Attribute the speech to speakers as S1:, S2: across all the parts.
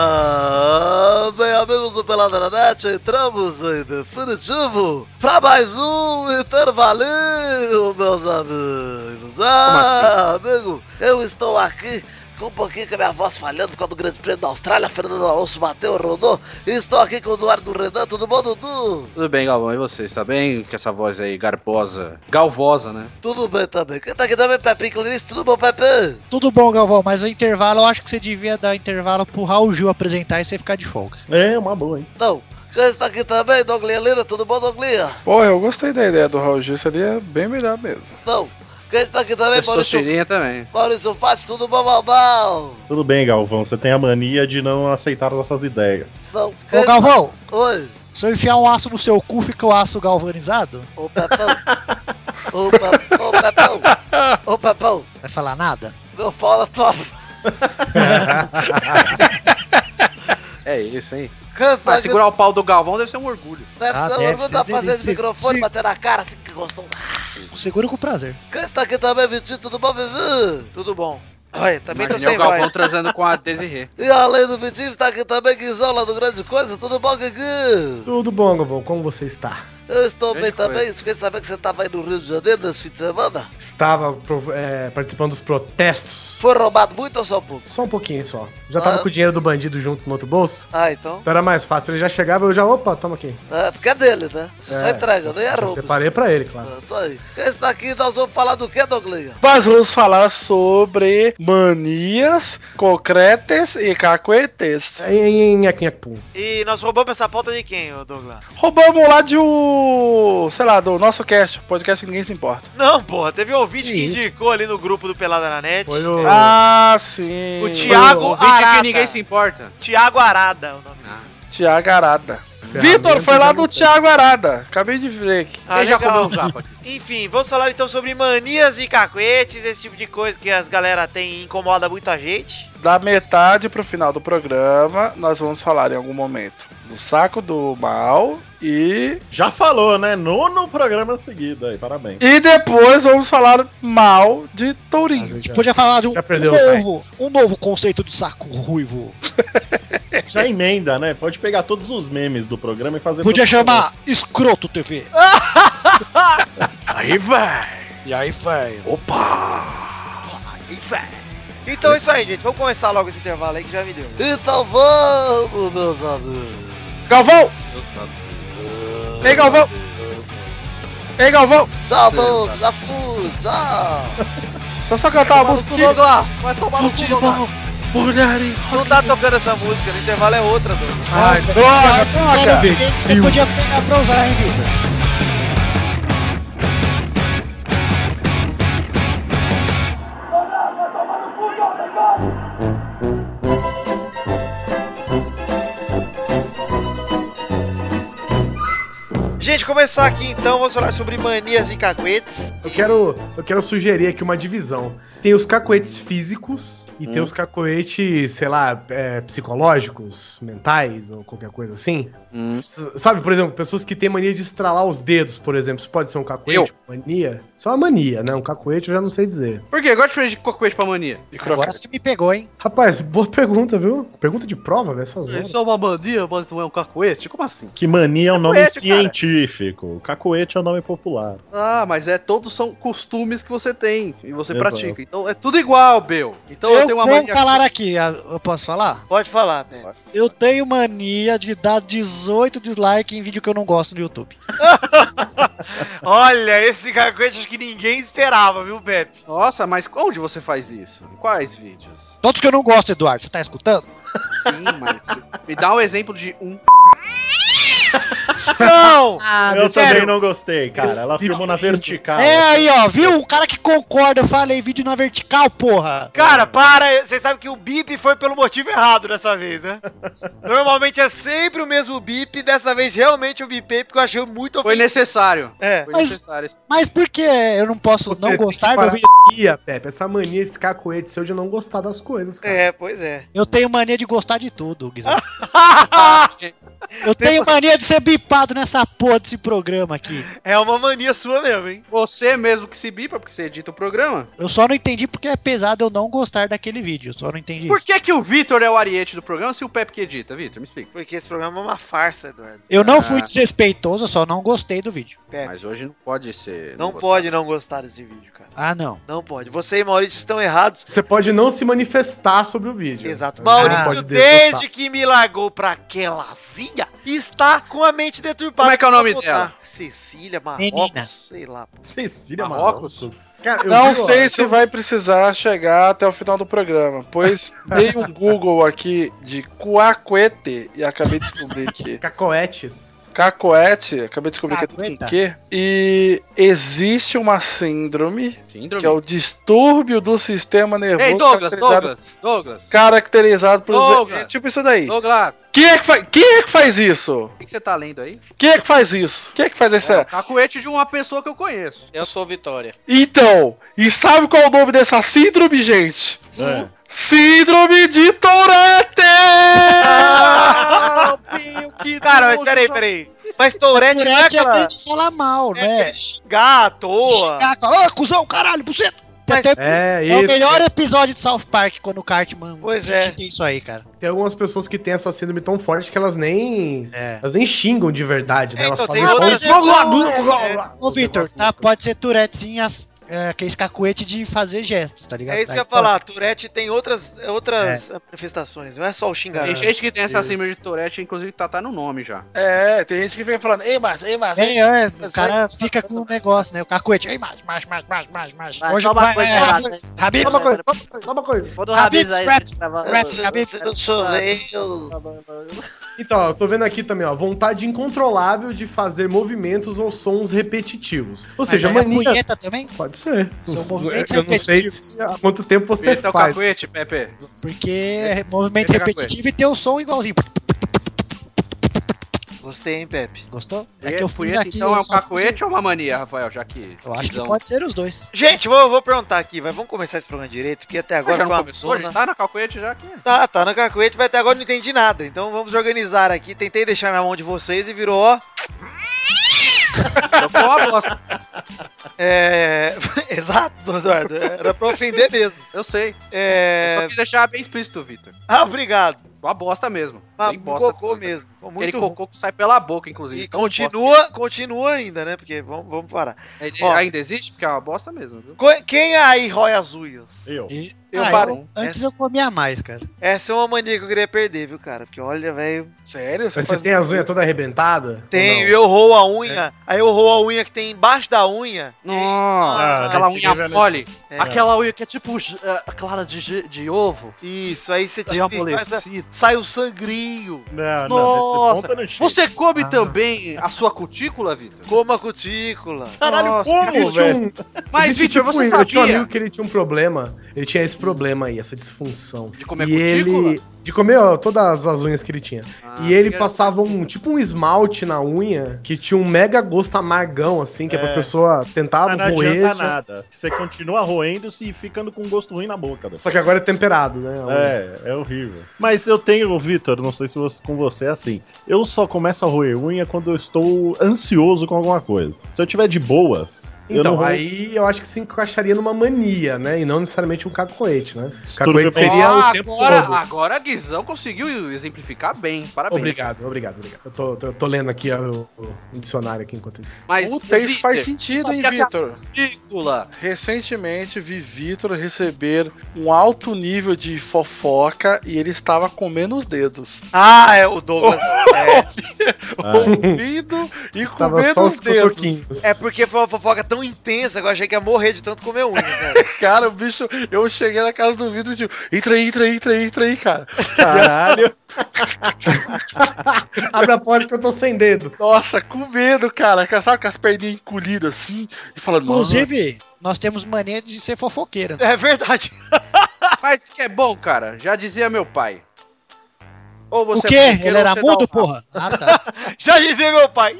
S1: Ah! Bem, amigos do Pelada na Net, entramos em definitivo para mais um intervalinho, meus amigos. Ah, amigo, eu estou aqui com um pouquinho com a minha voz falhando por causa do Grande Prêmio da Austrália, Fernando Alonso bateu, rodou, e estou aqui com o Eduardo Renan, tudo bom, Dudu?
S2: Tudo bem, Galvão? E vocês? Tá bem com essa voz aí garbosa? Galvosa, né?
S1: Tudo bem também. Quem tá aqui também, Pepe Clarice, tudo bom, Pepe?
S3: Tudo bom, Galvão, mas o intervalo, eu acho que você devia dar intervalo pro Raul Gil apresentar e você ficar de folga.
S4: É, uma boa, hein?
S1: Não. Quem está aqui também, Doglinha Lira, tudo bom, Doglinha?
S5: Pô, eu gostei da ideia do Raul Gil, seria bem melhor mesmo.
S1: Não. Quem está aqui também,
S2: Eu sou
S1: Maurício
S2: cheirinha também.
S1: Maurício Fati, tudo bom, Baldão?
S4: Tudo bem, Galvão. Você tem a mania de não aceitar nossas ideias.
S1: Não,
S3: Ô, Galvão,
S1: Oi,
S3: se eu enfiar um aço no seu cu, fica o aço galvanizado?
S1: ô Pepão. ô, pe... ô Pepão. Ô Pepão.
S3: Vai falar nada?
S1: Meu pau na tua...
S2: É isso, hein?
S1: Canta,
S2: Mas Ah, segurar o pau do Galvão deve ser um orgulho.
S1: deve
S3: Ah,
S1: ser
S3: deve
S1: orgulho
S3: ser
S1: da fazenda de
S3: delícia.
S1: tá microfone,
S3: Se-
S1: bater na cara, assim que gostou.
S3: Seguro com prazer.
S1: Quem está aqui também, Vitinho, tudo bom, Vivi?
S6: Tudo bom. Oi, também tô
S2: Imaginei
S6: sem
S2: é o Galvão
S6: voz.
S2: transando com a Desirê.
S1: E além do Vitinho, está aqui também Guizão, lá do Grande Coisa, tudo bom, Guigui?
S7: Tudo bom, Galvão? Como você está?
S1: Eu estou
S2: Grande
S1: bem também, fiquei sabendo que você estava aí no Rio de Janeiro nesse fim de semana.
S7: Estava pro- é, participando dos protestos.
S1: Foi roubado muito ou só um pouco?
S7: Só um pouquinho só. Já tava
S1: Ah.
S7: com o dinheiro do bandido junto no outro bolso.
S1: Ah, então.
S7: Então era mais fácil. Ele já chegava eu já, opa, toma aqui.
S1: É, porque é dele, né? Você só
S7: É,
S1: entrega, nem é
S7: já
S1: roubo.
S7: Separei pra ele, claro.
S1: É, Isso aí. Esse daqui nós vamos falar do que, Douglas?
S5: Mas vamos falar sobre manias, concretas e cacuetes.
S7: É Em- Em em- aqui, aqui, pum.
S6: E nós roubamos essa pauta de quem, ô Douglas?
S5: Roubamos lá de um, sei lá, do nosso cast, podcast que ninguém se importa.
S6: Não, porra, teve um ouvinte
S3: Que
S6: que,
S3: isso?
S6: indicou ali no grupo do Pelada na Net.
S7: Foi
S2: Hum.
S7: o.
S5: Ah, sim. um
S6: O Thiago
S2: Ouvinte
S6: Arada.
S2: que ninguém se importa.
S6: Thiago Arada, é o nome dele.
S5: Thiago Arada.
S7: Ferramenta
S5: Vitor, foi lá
S7: da
S5: do
S7: nossa-
S5: Thiago Arada. Acabei de ver aqui.
S6: Ah,
S2: Ele já
S6: legal.
S2: comeu um japa aqui.
S6: Enfim, vamos falar então sobre manias e cacuetes, esse tipo de coisa que as galera tem e incomoda muito a gente.
S5: Da metade pro final do programa, nós vamos falar em algum momento do saco do mal e.
S4: Já falou, né? Nono programa seguido aí, parabéns.
S5: E depois vamos falar mal de
S7: A
S5: Tourinho.
S7: gente já-
S3: Podia falar de um,
S7: Já
S3: um
S7: perdeu o
S3: novo, um novo conceito de saco ruivo.
S4: Já emenda, né? Pode pegar todos os memes do programa e fazer.
S3: Podia
S4: todos
S3: chamar Escroto TV.
S5: Aí, vai!
S3: E aí, velho.
S6: Enfim. Então é isso aí, gente. Vamos começar logo esse intervalo aí que já me deu.
S1: Então vamos, meus amigos.
S5: Galvão! Ei, Galvão! Ei, Galvão!
S1: Tchau, Douglas. Já fui. Tchau.
S5: Deixa eu só cantar uma música.
S1: Vamos, Tá Douglas. Vai tomar no cu, Douglas.
S6: Não tá tocando essa música, no intervalo é outra, Douglas.
S5: Ai,
S3: Nossa,
S5: droga,
S3: esse áudio
S5: droga!
S3: Você podia pegar pra usar, hein, Vitor?
S6: Gente, começar aqui então, vamos falar sobre manias e cacuetes.
S7: Eu quero, eu quero sugerir aqui uma divisão. Tem os cacoetes físicos e tem
S2: Hum.
S7: os cacoetes, sei lá, é, psicológicos, mentais ou qualquer coisa assim.
S2: Hum.
S7: S- Sabe, por exemplo, pessoas que têm mania de estralar os dedos, por exemplo. Isso pode ser um cacoete, mania? Só uma mania, né? Um cacoete eu já não sei dizer.
S2: Por quê? Qual a diferença de cocoete pra mania?
S3: Agora você me pegou, hein?
S7: Rapaz, boa pergunta, viu? Pergunta de prova, velho, essas horas.
S2: é uma mania, mas não é um cacoete? Como assim?
S4: Que mania é um nome
S2: Cacoete, cara.
S4: científico. Cacoete é um nome popular.
S2: Ah, mas é todos são costumes que você tem e você
S4: Exato.
S2: pratica. Então é tudo igual, Bel. Então eu,
S3: Eu
S2: tenho uma
S3: vou
S2: mania.
S3: falar aqui, ah, eu posso falar?
S6: Pode falar, velho.
S3: Eu tenho mania de dar 18 dislikes em vídeo que eu não gosto no YouTube.
S6: Olha, esse cacuete acho que ninguém esperava, viu, Pepe?
S2: assim, Nossa, mas onde você faz isso? Em quais vídeos?
S3: Todos que eu não gosto, Eduardo, você tá escutando?
S2: Sim, mas me dá um exemplo de um.
S6: Não!
S4: eu
S6: sério?
S4: também não gostei, cara. Ela filmou na
S7: Ah,
S4: vertical.
S3: é aí, ó, viu? O cara que concorda, eu falei, vídeo na vertical, porra.
S6: Cara, para, vocês sabem que o bip foi pelo motivo errado dessa vez, né? Normalmente é sempre o mesmo bip, dessa vez realmente eu bipei porque eu achei muito
S2: Foi necessário.
S6: É.
S2: Foi
S3: Mas-
S2: necessário.
S3: Mas por que eu não posso
S7: Você
S3: não
S7: tem que
S3: gostar meu
S7: parar
S3: vídeo
S7: mania, Pepe. Essa mania, esse cacoete seu de não gostar das coisas, cara.
S1: É, pois é.
S3: Eu tenho mania de gostar de tudo, Guizão. Eu tenho mania de ser bipado nessa porra desse programa aqui.
S1: É uma mania sua mesmo, hein?
S5: Você mesmo que se bipa, porque você edita o programa.
S3: Eu só não entendi porque é pesado eu não gostar daquele vídeo. Eu só não entendi.
S5: Por que, que o Vitor é o ariete do programa se o Pepe que edita? Vitor, me explica.
S1: Porque esse programa é uma farsa, Eduardo.
S3: Eu
S7: Ah.
S3: não fui desrespeitoso, eu só não gostei do vídeo.
S6: É.
S1: Pepe,
S5: Mas hoje não pode ser.
S1: não
S5: gostar.
S1: pode não gostar desse vídeo, cara.
S3: Ah, não.
S1: Não pode. Você e Maurício estão errados.
S7: Você pode não se manifestar sobre o vídeo.
S1: Exato.
S7: Mas Ah, não
S1: Maurício,
S7: pode desgostar.
S1: desde que me largou pra aquelazinha, está com a mente deturpada.
S5: Como é que é o nome
S1: Vou botar
S5: dela?
S1: Cecília Marrocos,
S3: Menina.
S1: sei lá. pô.
S4: Cecília
S5: Marrocos?
S7: Cara, eu
S6: Não
S7: vi, ó,
S6: sei se vai precisar chegar até o final do programa, pois dei um Google aqui de Cuacuete e acabei de descobrir que
S7: Cacoetes.
S6: Cacoete, acabei de descobrir que
S3: Cacueta.
S6: é que e existe uma síndrome
S5: Síndrome.
S6: que é o distúrbio do sistema nervoso
S5: Ei, Douglas,
S6: caracterizado,
S5: Douglas, Douglas.
S6: caracterizado por
S5: Douglas.
S6: é tipo isso daí.
S5: Douglas,
S6: Quem é que faz, quem é que faz isso?
S5: o que que você tá lendo aí?
S6: Quem é que faz isso? Quem é que faz essa
S5: É o cacuete de uma pessoa que eu conheço.
S8: Eu sou Vitória.
S6: Então, e sabe qual é o nome dessa síndrome, gente?
S4: É.
S6: Síndrome de Tourette!
S1: Cara, mas peraí, peraí. Mas Tourette não é
S3: Durante é que
S1: aquela...
S3: a gente fala mal,
S1: É,
S3: né?
S1: xingar à toa.
S3: Xingar, fala, ô, cuzão, caralho, buceta! Tem
S1: Mas-
S3: até-
S7: É,
S3: É o
S7: isso.
S3: melhor episódio de South Park quando o Cartman
S1: Pois é.
S3: tem isso aí, cara.
S7: Tem algumas pessoas que têm essa síndrome tão forte que elas nem.
S3: É.
S7: Elas nem xingam de verdade, né?
S1: É,
S7: Elas
S1: então,
S7: falam
S1: tem
S7: só-
S1: outras- É,
S3: Ô, Vitor, tá? Pode ser Tourette sim, as, é, aqueles cacuete de fazer gestos, tá ligado?
S1: É isso que eu
S3: Aí
S1: ia falar, Tourette tem outras, outras manifestações, não é só o
S5: Tem
S1: xingamento.
S5: gente que tem essa síndrome de Tourette, inclusive tá, tá no nome já.
S6: É, tem gente que fica falando, ei, macho, ei, macho.
S3: É, é, o cara fica com o negócio, né? O cacuete. Aí, macho, macho, macho, macho, macho, macho. Hoje
S8: só uma
S3: vai-
S8: coisa,
S3: é,
S8: Renato.
S3: Habib,
S7: Só uma coisa, só- só uma coisa.
S1: um
S8: Quando o
S3: Habib's
S8: Rabis aí.
S3: rap,
S8: tava-
S3: rap, Habib's.
S9: Isso choveu.
S7: Então, ó, eu tô vendo aqui também, ó. Vontade incontrolável de fazer movimentos ou sons repetitivos. Ou seja,
S3: Mas aí a
S7: mania.
S3: punheta também?
S7: Pode ser.
S3: São
S7: Eu-
S3: movimentos
S7: eu não sei
S3: repetitivos.
S7: se, há quanto tempo você
S5: Esse é o
S7: faz.
S5: cacuete, Pepe.
S3: Porque é movimento
S5: Pega a cacuete.
S3: repetitivo e tem o som igualzinho.
S1: Gostei, hein, Pepe?
S3: Gostou?
S5: É
S3: É que eu fiz
S5: punheta,
S3: aqui.
S5: então é
S3: eu
S5: um
S3: só fiz-
S5: cacuete ou uma mania, Rafael? Já que.
S3: Eu acho que
S5: Guizão-
S3: pode ser os dois.
S1: Gente, vou, vou perguntar aqui, vai, vamos começar esse programa direito, porque até
S5: Agora
S1: agora
S5: já não
S1: foi uma
S5: começou?
S1: zona.
S5: Já tá na cacuete já aqui.
S1: Tá, tá na cacuete, mas até agora eu não entendi nada. Então vamos organizar aqui. Tentei deixar na mão de vocês e virou, ó.
S5: Trocou uma bosta.
S1: É. Exato, Eduardo. Era pra ofender mesmo.
S5: Eu sei. Eu só
S1: É.
S5: quis deixar bem explícito, Vitor.
S1: Ah, obrigado.
S5: Uma bosta mesmo.
S1: Ah,
S5: bem bosta.
S1: cocô
S5: coisa.
S1: mesmo. Ficou
S5: Aquele
S1: Muito ruim.
S5: cocô que sai pela boca, inclusive.
S1: E
S5: Tão bosta.
S1: continua, continua ainda, né? Porque vamos, vamos parar.
S5: Ele
S1: Ó.
S5: ainda existe? Porque é uma bosta mesmo, viu?
S1: Co- Quem é aí rói as unhas?
S4: Eu.
S3: E-
S1: Eu
S3: Ah,
S1: parei.
S3: Antes eu comia mais, cara.
S1: Essa é uma mania que eu queria perder, viu, cara? Porque olha, velho.
S6: Sério? Você
S7: Mas
S6: faz...
S7: você tem as unhas toda arrebentada?
S1: Tem,
S7: Ou não?
S1: eu roo
S5: É.
S1: a unha, aí eu roo a unha que tem embaixo da unha.
S5: Nossa,
S4: Ah,
S5: aquela
S4: desse nível
S5: unha
S4: é
S5: mole.
S1: É.
S8: Aquela unha que é tipo j-
S5: eh,
S8: é, clara de, ge- de ovo.
S1: Isso, aí você
S8: De
S1: tira, faz- sai o sangrinho.
S5: Nossa.
S4: Não, não, desse ponto eu não chego.
S5: Você come
S3: Ah.
S5: também a sua cutícula, Vitor?
S1: Coma a cutícula.
S4: Caralho,
S5: Nossa,
S4: como,
S7: Existe
S4: velho?
S7: um-
S5: Mas,
S7: existe,
S5: Vitor,
S7: tipo,
S5: você
S7: Eu tinha um amigo
S5: sabia
S7: que ele tinha um problema. Ele tinha esse problema aí, essa disfunção.
S5: de comer
S7: e
S5: é cutícula?
S7: ele. De comer ó, todas as unhas que ele tinha.
S5: Ah,
S7: e ele
S5: porque-
S7: passava um tipo um esmalte na unha que tinha um mega gosto amargão, assim, que é, pra
S4: É.
S7: pessoa tentar
S4: Mas não
S7: roer.
S4: adianta
S7: já-
S4: nada. Você continua roendo-se e ficando com um gosto ruim na boca, velho.
S7: Só que agora é temperado, né? a unha.
S4: É, é horrível. Mas eu tenho, Vitor, não sei se você- com você é assim. Eu só começo a roer unha quando eu estou ansioso com alguma coisa. Se eu tiver de boas, eu não
S7: Então,
S4: roo.
S7: aí eu acho que se encaixaria numa mania, né? E não necessariamente um cacoete, né?
S4: Tudo
S7: Cacoete
S4: bem.
S7: seria
S5: Ó,
S7: o tempo
S5: Ah, agora,
S7: todo.
S5: agora a Guizão conseguiu exemplificar bem. Parabéns.
S7: Obrigado, obrigado, obrigado. Eu tô, tô- eu tô lendo aqui ó, o, o dicionário aqui enquanto isso.
S5: Mas
S6: Puta, isso
S5: Vitor,
S6: faz sentido,
S5: sabia
S6: hein,
S5: que a
S6: Vitor?
S5: Cutícula.
S6: Recentemente vi Vitor receber um alto nível de fofoca e ele estava comendo os dedos.
S1: Ah, é o Douglas. é,
S4: Ah,
S6: Comendo e
S7: Tava
S6: comendo
S7: só
S6: os
S7: os
S6: dedos.
S7: cotoquinhos.
S1: é porque foi uma fofoca tão intensa que eu achei que ia morrer de tanto comer unha, né? velho.
S6: Cara, o bicho, eu cheguei na casa do Vitor e digo, entra aí, entra aí, entra aí, entra aí, cara.
S4: caralho.
S7: Abre a porta que eu tô sem dedo.
S6: Nossa, com medo, cara. Sabe com as perninhas encolhidas assim? E falando,
S3: Inclusive, nós temos mania de ser fofoqueira. né?
S1: É verdade.
S5: Mas que é bom, cara. Já dizia meu pai. Ou
S3: O
S5: você
S3: quê?
S5: é fofoqueiro
S3: Ele era
S5: ou você dá
S3: mudo,
S5: um rabo.
S3: porra? Ah, tá.
S1: Já dizia meu pai.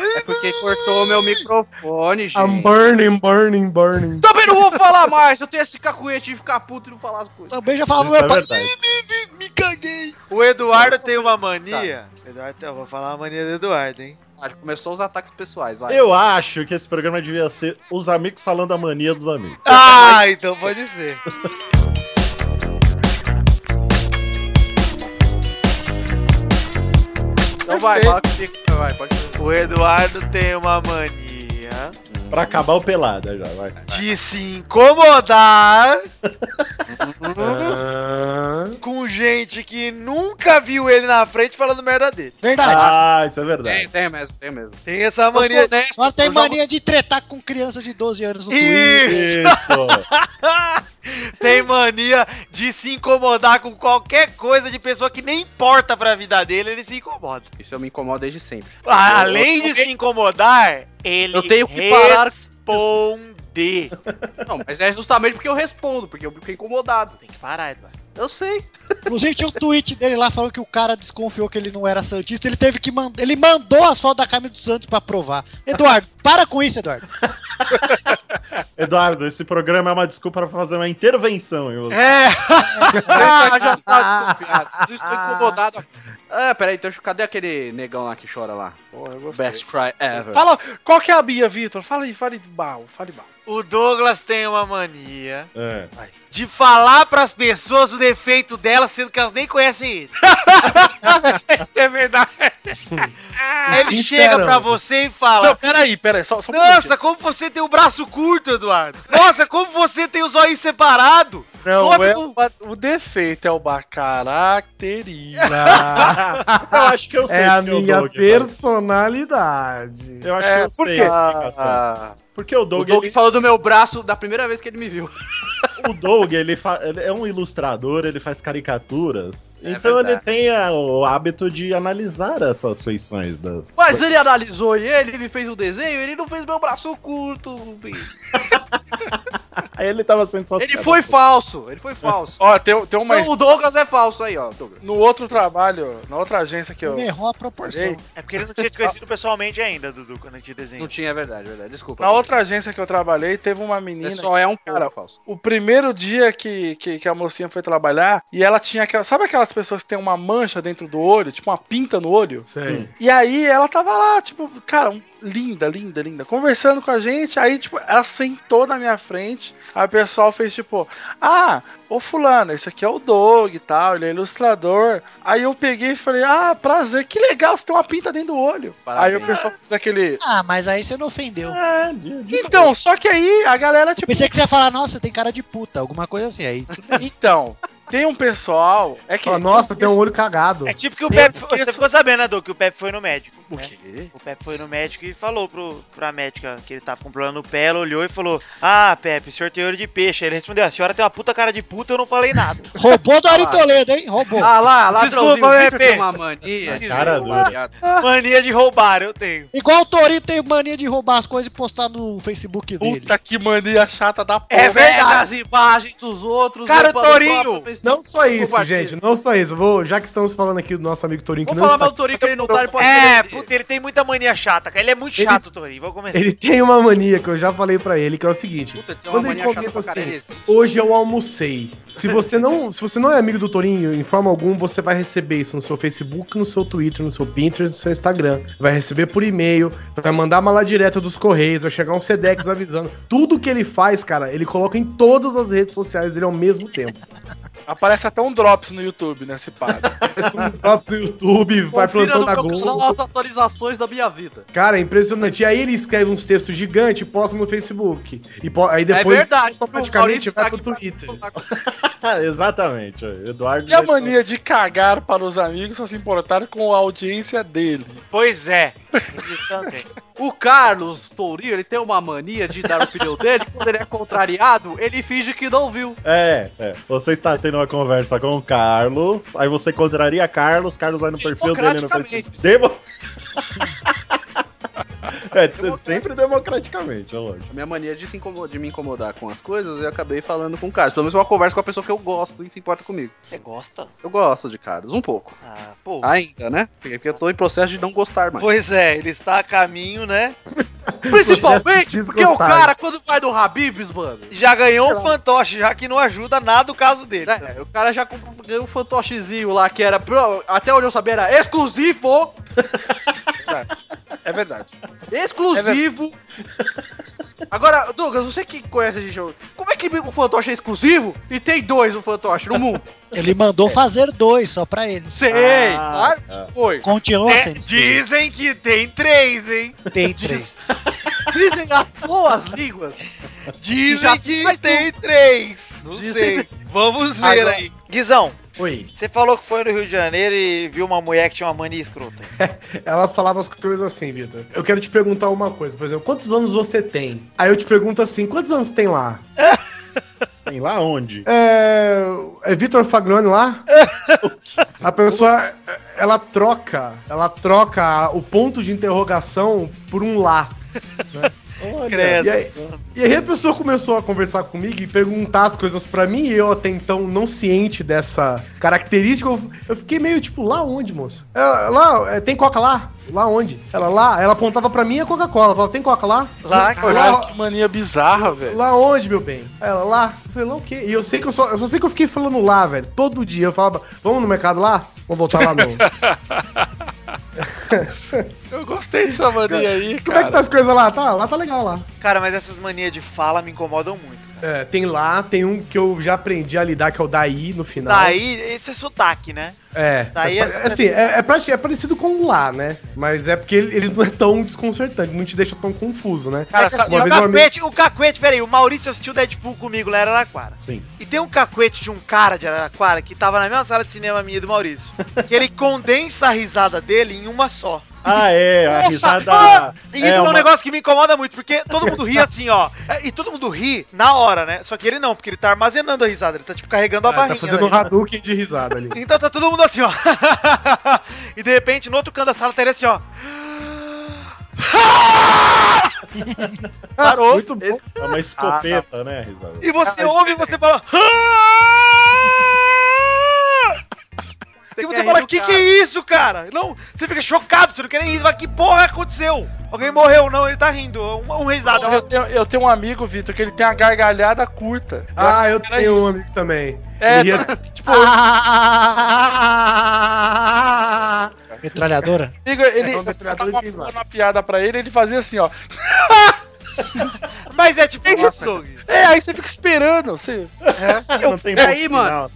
S5: É porque cortou meu microfone, gente.
S7: I'm burning, burning, burning.
S5: Também no vou falar mais. Eu tenho esse cacuete de ficar puto e não falar as coisas.
S3: Também já falava,
S4: Isso é
S3: meu pai,
S4: verdade.
S3: "Ih, me, me, me caguei.
S1: O Eduardo tem uma mania.
S5: Tá.
S1: Eduardo, eu vou falar a mania do Eduardo, hein?
S5: Ah, Começou os ataques pessoais, vai.
S4: Eu acho que esse programa devia ser os amigos falando a mania dos amigos.
S1: Ah, então pode ser.
S5: Então vai, fala comigo. Vai, pode
S1: O Eduardo tem uma mania
S4: Pra acabar o pelada já, vai.
S1: de se incomodar com gente que nunca viu ele na frente falando merda dele.
S3: Verdade.
S4: Ah, isso é verdade.
S10: Tem, tem mesmo, tem mesmo.
S1: Tem essa
S10: Eu sou
S1: mania. né?
S10: honesto,
S3: Agora tem
S10: eu já-
S3: mania de tretar com criança de 12 anos no Twitter.
S1: Ih,
S4: Isso.
S1: tem mania de se incomodar com qualquer coisa de pessoa que nem importa pra vida dele, ele se incomoda.
S10: Isso eu me incomodo desde sempre.
S1: Ah,
S10: Eu-
S1: Além
S10: eu-
S1: de se incomodar, ele
S10: Eu tenho que parar com
S1: responde.
S5: Não, mas é justamente porque eu respondo, porque eu fico incomodado.
S1: Tem que parar, Eduardo.
S5: Eu sei.
S3: Inclusive tinha um tweet dele lá falando que o cara desconfiou que ele não era Santista. Ele teve que mandar. Ele mandou as fotos da Camila dos Santos pra provar. Eduardo, para com isso, Eduardo.
S4: Eduardo, esse programa é uma desculpa pra fazer uma intervenção em você.
S1: É,
S5: Ah, já
S10: tá
S5: está desconfiado. Eu estou incomodado.
S10: Ah, peraí, então cadê aquele negão lá que chora lá?
S6: Porra, eu gostei.
S10: Best cry ever.
S6: Fala, qual que é a minha, Vitor? Fala aí, fale mal, fale mal.
S1: o Douglas tem uma mania
S4: É.
S1: de falar pras pessoas o defeito delas, sendo que elas nem conhecem ele. Isso é verdade. ele
S7: Sincerão.
S1: chega pra você e fala:
S6: Não, peraí, peraí, só, só um
S1: Nossa, como você tem o braço curto, Eduardo. Nossa, como você tem os olhos separados.
S6: minutinho. não
S1: nossa,
S6: é
S1: como-
S6: uma- o defeito, é uma característica.
S4: Eu acho que eu sei
S7: É a
S4: porque o
S7: minha
S4: Doug fala.
S7: personalidade.
S4: Eu acho
S6: É,
S4: que eu
S6: por
S4: sei
S6: quê?
S4: a explicação. Porque o
S5: O
S4: Doug,
S5: Doug
S4: ele-
S5: falou do meu braço da primeira vez que ele me viu.
S4: o Doug, ele, fa- ele é um ilustrador, ele faz caricaturas. então ele tem a- o hábito de analisar essas feições das.
S5: Mas ele analisou e ele me fez um desenho, ele não fez meu braço curto. Rubens.
S4: Aí ele tava sendo só.
S5: Ele foi falso, ele foi falso.
S6: Ó, tem, tem uma.
S5: Então, o Douglas é falso aí, ó, Douglas.
S6: No outro trabalho, na outra agência que eu.
S3: Ele errou a proporção.
S6: Ei,
S1: É porque ele não tinha te conhecido pessoalmente ainda, Dudu, quando a gente desenhou.
S10: Não tinha, é verdade, é verdade. Desculpa.
S6: Na outra agência que eu trabalhei, teve uma menina.
S10: Você só é um
S6: Cara,
S10: cara falso.
S6: O primeiro dia que, que, que a mocinha foi trabalhar, e ela tinha aquela. Sabe aquelas pessoas que tem uma mancha dentro do olho, tipo uma pinta no olho?
S7: Sei.
S6: E aí ela tava lá, tipo, cara, um- linda, linda, linda, conversando com a gente. Aí, tipo, ela sentou na minha frente. Aí o pessoal fez, tipo, ah, ô fulano, esse aqui é o Doug e tal, ele é ilustrador. Aí eu peguei e falei, ah, prazer, que legal, você tem uma pinta dentro do olho. Aí
S10: Parabéns.
S6: o pessoal fez aquele.
S3: Ah, mas aí você não ofendeu.
S4: É, de- de-
S6: Então, só que aí a galera, tipo,
S3: Pensei que você ia falar, nossa, tem cara de puta, alguma coisa assim. Aí
S6: então, tem um pessoal. É que. um
S7: Fala, nossa, tem um olho cagado.
S1: É tipo que o Pepe. Você ficou sabendo, né, Doug, que o Pepe foi no médico.
S6: O
S1: né?
S6: quê?
S1: O Pepe foi no médico e falou pro, pra médica que ele tava com um problema no pé, ela olhou e falou: Ah, Pepe, o senhor tem olho de peixe. Ele respondeu: A senhora tem uma puta cara de puta, eu não falei nada.
S3: roubou do Ari Toledo, hein? Roubou.
S5: Ah lá,
S1: Desculpa,
S5: ladrãozinho, o Vitor
S1: VP.
S5: tem uma mania. de-
S4: cara do-
S1: Mania de roubar, eu tenho.
S3: Igual o Torinho tem mania de roubar as coisas e postar no Facebook dele.
S6: Puta que mania chata da porra.
S5: É verdade, as imagens dos outros.
S1: Cara,
S5: eu falo do
S1: Torinho,
S5: próprio Facebook.
S7: Não só isso,
S5: Compartilha.
S7: gente, não só isso. Vou, já que estamos falando aqui do nosso amigo Torinho, que
S5: Vamos
S7: não
S5: falar
S7: está
S5: mal do Torinho que ele não tá, ele pode
S1: É,
S5: perder.
S1: puta, ele tem muita mania chata, cara. Ele é muito
S7: Ele-
S1: chato, Torinho. Vou começar.
S7: Ele tem uma mania que eu já falei pra ele, que é o seguinte:
S10: Puta, tem uma
S7: quando ele
S10: mania chata
S7: comenta
S10: pra caralho,
S7: assim,
S10: ele existe.
S7: hoje eu almocei. Se você não, se você não é amigo do Torinho, em forma alguma, você vai receber isso no seu Facebook, no seu Twitter, no seu Pinterest, no seu Instagram. Vai receber por e-mail, vai mandar uma lá direta dos Correios, vai chegar um Sedex avisando. Tudo que ele faz, cara, ele coloca em todas as redes sociais dele ao mesmo tempo.
S6: Aparece até um Drops no YouTube, né? Se pá.
S7: Aparece um próprio do YouTube, vai
S11: Confira
S7: plantando
S11: no
S7: a
S11: meu
S7: Globo.
S11: canal as atualizações da minha vida.
S7: Cara, é impressionante. E aí ele escreve uns textos gigantes e posta no Facebook. E po- aí depois
S5: É verdade,
S7: automaticamente
S5: o Maurício
S7: vai
S5: tá
S7: pro
S5: aqui pra-
S7: Twitter.
S4: Ah, Exatamente. ó, Eduardo.
S6: E é a mania de cagar para os amigos só se importar com a audiência dele.
S1: Pois é.
S5: O Carlos Tourinho, ele tem uma mania de dar a opinião dele. Quando ele é contrariado, ele finge que não viu.
S4: É, é. Você está tendo uma conversa com o Carlos, aí você contraria Carlos, Carlos vai no perfil dele no
S5: Democraticamente.
S4: Facebook. Demo... é, sempre democraticamente, é lógico.
S10: A minha mania de, se incomo- de me incomodar com as coisas, eu acabei falando com o Carlos. Pelo menos uma conversa com a pessoa que eu gosto e se importa comigo.
S1: Você gosta?
S10: Eu gosto de Carlos, um pouco.
S1: Ah, pô.
S10: Ainda, né? Porque porque eu tô em processo de não gostar mais.
S1: Pois é, ele está a caminho, né?
S5: Principalmente
S7: físico
S5: porque o
S7: otário.
S5: cara, quando vai no Habibs, mano,
S10: Já ganhou um fantoche, já que não ajuda nada o caso dele.
S5: né, o cara já comprou- ganhou um fantochezinho lá que era, pro- até onde eu sabia, era exclusivo,
S6: É verdade.
S5: exclusivo. Agora, Douglas, você que conhece a gente, como é que o fantoche é exclusivo e tem dois o fantoche no mundo?
S3: Ele mandou fazer dois só pra ele.
S5: Sei,
S4: Ah,
S5: claro que foi.
S3: Continua
S10: É,
S3: sendo. exclusivo.
S10: dizem que tem três, hein?
S3: Tem três.
S5: Dizem as boas línguas.
S10: Dizem
S5: Já
S10: que
S5: faz
S10: tem três. Não
S5: Dizem-
S10: sei. Vamos ver
S5: Agora-
S10: aí. Guizão,
S7: Oi.
S10: você falou que foi no Rio de Janeiro e viu uma mulher que tinha uma mania escrota.
S7: Ela falava as coisas assim, Vitor. Eu quero te perguntar uma coisa, por exemplo, quantos anos você tem? Aí eu te pergunto assim, quantos anos tem lá?
S4: Tem lá onde?
S7: É. É Vitor Fagnoni lá? A pessoa, ela troca, ela troca o ponto de interrogação por um lá.
S10: Credo.
S7: E aí, e aí a pessoa começou a conversar comigo e perguntar as coisas pra mim, e eu até então não ciente dessa característica, eu, eu fiquei meio tipo, lá onde, moça? Ela, lá, é, tem coca lá? Lá onde? Ela lá, ela apontava pra mim a Coca-Cola, ela falava, tem coca lá?
S6: Lá,
S7: lá-
S6: cara, que mania bizarra, velho.
S7: Lá onde, meu bem? Aí Ela, lá. Eu falei, lá o quê? E eu sei que eu só, eu só sei que eu fiquei falando lá, velho. Todo dia eu falava, vamos no mercado lá? Vamos voltar lá não.
S6: Eu gostei dessa mania aí,
S7: Como é que
S6: cara.
S7: tá as coisas lá? Tá, lá tá legal lá.
S10: Cara, mas essas manias de fala me incomodam muito. cara.
S7: É, tem lá, tem um que eu já aprendi a lidar, que é o daí no final.
S10: Daí, esse é sotaque, né?
S7: É.
S10: Daí
S7: mas,
S10: é-
S7: assim, é, é prati- é parecido com o lá, né? Mas é porque ele, ele não é tão desconcertante, não te deixa tão confuso, né?
S10: Cara,
S7: uma
S10: sabe, o
S7: vez um amigo-
S10: cacuete, o É, cacuete, peraí, o Maurício assistiu Deadpool comigo lá em Araraquara.
S4: Sim.
S10: E tem um cacuete de um cara de Araraquara que tava na mesma sala de cinema minha e do Maurício. que ele condensa a risada dele em uma só.
S4: Ah, é, a
S10: Nossa,
S4: risada.
S10: E
S4: É
S10: isso é, um
S4: uma-
S10: negócio que me incomoda muito, porque todo mundo ri assim, ó. É, E todo mundo ri na hora, né? Só que ele não, porque ele tá armazenando a risada, ele tá tipo carregando a
S7: Tá
S10: barrinha.
S7: fazendo
S10: da
S7: um
S10: risada.
S7: Hadouken de risada ali.
S10: Então tá todo mundo assim, ó. e de repente, no outro canto da sala, tá ele assim, ó.
S7: Parou. Muito bom.
S4: É uma escopeta, né, a risada?
S10: E você ouve e você fala. "Ah!" e você
S5: quer
S10: fala,
S5: rir do
S10: que que
S5: cara."
S10: é isso, cara? Não, você fica chocado, você não quer nem rir. Você fala, que porra aconteceu? Alguém morreu, não, ele tá rindo. Um, um risado.
S6: Eu tenho, eu tenho um amigo, Vitor, que ele tem uma gargalhada curta.
S7: Ah, eu
S6: Era
S7: tenho um
S6: isso.
S7: amigo também.
S6: É,
S7: Ele ia-
S6: tipo, o
S3: Metralhadora?
S6: amigo, ele
S7: É um
S6: eu
S7: metralhador
S6: tava
S7: de risada.
S6: falando uma piada pra ele, ele fazia assim, ó.
S10: Mas é tipo, nossa,
S6: É, aí você fica esperando, assim.
S4: Não tem
S5: E aí,
S4: ponto
S5: mano?
S4: final.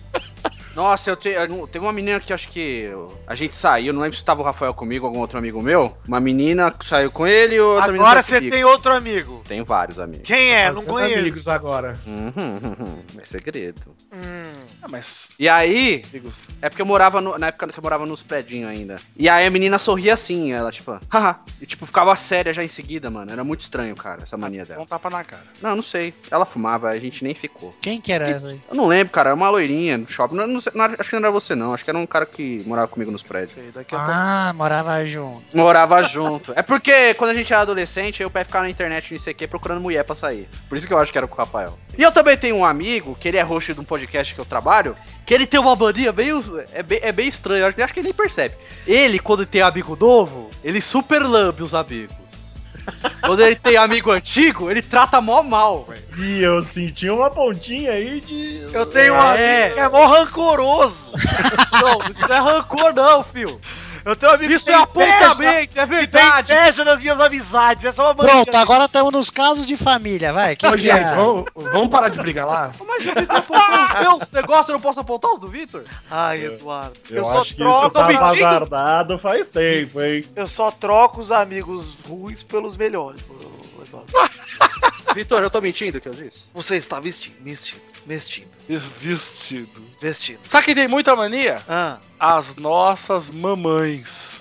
S5: Nossa, eu tenho. Teve uma menina que acho que a gente saiu, não lembro se tava o Rafael comigo, algum outro amigo meu. Uma menina que saiu com ele e outra menina
S10: agora
S5: saiu
S10: você
S5: comigo.
S10: tem outro amigo.
S5: Tem vários amigos.
S10: Quem é? Não
S7: Fazendo
S10: conheço.
S7: amigos agora.
S5: Uhum, uhum, é segredo.
S10: Hum.
S6: Ah, mas.
S5: E aí, é porque eu morava no- na época que eu morava nos prédios ainda. E aí a menina sorria assim, ela tipo, haha. E tipo, ficava séria já em seguida, mano. Era muito estranho, cara, essa mania
S6: Dá
S5: dela.
S6: um tapa na cara.
S5: Não, não sei. Ela fumava, a gente nem ficou.
S3: Quem que era essa aí?
S5: Eu não lembro, cara, era uma loirinha no shopping. Não- não sei- não era- acho que não era você, não. Acho que era um cara que morava comigo nos prédios.
S6: Sei, daqui a pouco.
S3: Ah, morava junto.
S5: Morava junto. É porque quando a gente era adolescente, eu pai ficava na internet no ICQ procurando mulher pra sair. Por isso que eu acho que era com o Rafael. E eu também tenho um amigo, que ele é host de um podcast que eu trabalho, que ele tem uma mania meio. É bem, é bem estranho, eu acho, acho que ele nem percebe. Ele, quando tem amigo novo, ele super lambe os amigos. Quando ele tem amigo antigo, ele trata mó mal, velho.
S4: E eu senti uma pontinha aí de.
S10: Eu tenho um
S5: É.
S10: amigo que é mó rancoroso.
S5: Não, isso não é rancor, não, filho.
S10: Eu tenho um amigo
S5: Isso
S10: que
S5: é
S10: tem inveja,
S5: apontamento, é
S10: que tem
S5: verdade.
S10: inveja das minhas amizades. Essa é uma mania.
S3: Pronto, agora estamos nos casos de família, vai. Quem
S7: Ô,
S3: que
S7: gente,
S3: é?
S7: vamos, vamos parar de brigar lá?
S5: Mas eu fico apontando os meus negócios, eu não posso apontar os do Vitor?
S10: Ai, Eduardo. Eu,
S4: Eu,
S10: só
S4: acho que isso
S10: troco,
S4: tava
S10: eu digo,
S4: guardado faz tempo, hein?
S10: eu só troco os amigos ruins pelos melhores, ô, Eduardo.
S5: Vitor, eu tô mentindo o que eu disse?
S10: Você está vestindo, vestindo, vestindo,
S6: Vestido.
S10: vestindo.
S6: Sabe quem tem muita mania?
S10: Ah,
S6: As nossas mamães.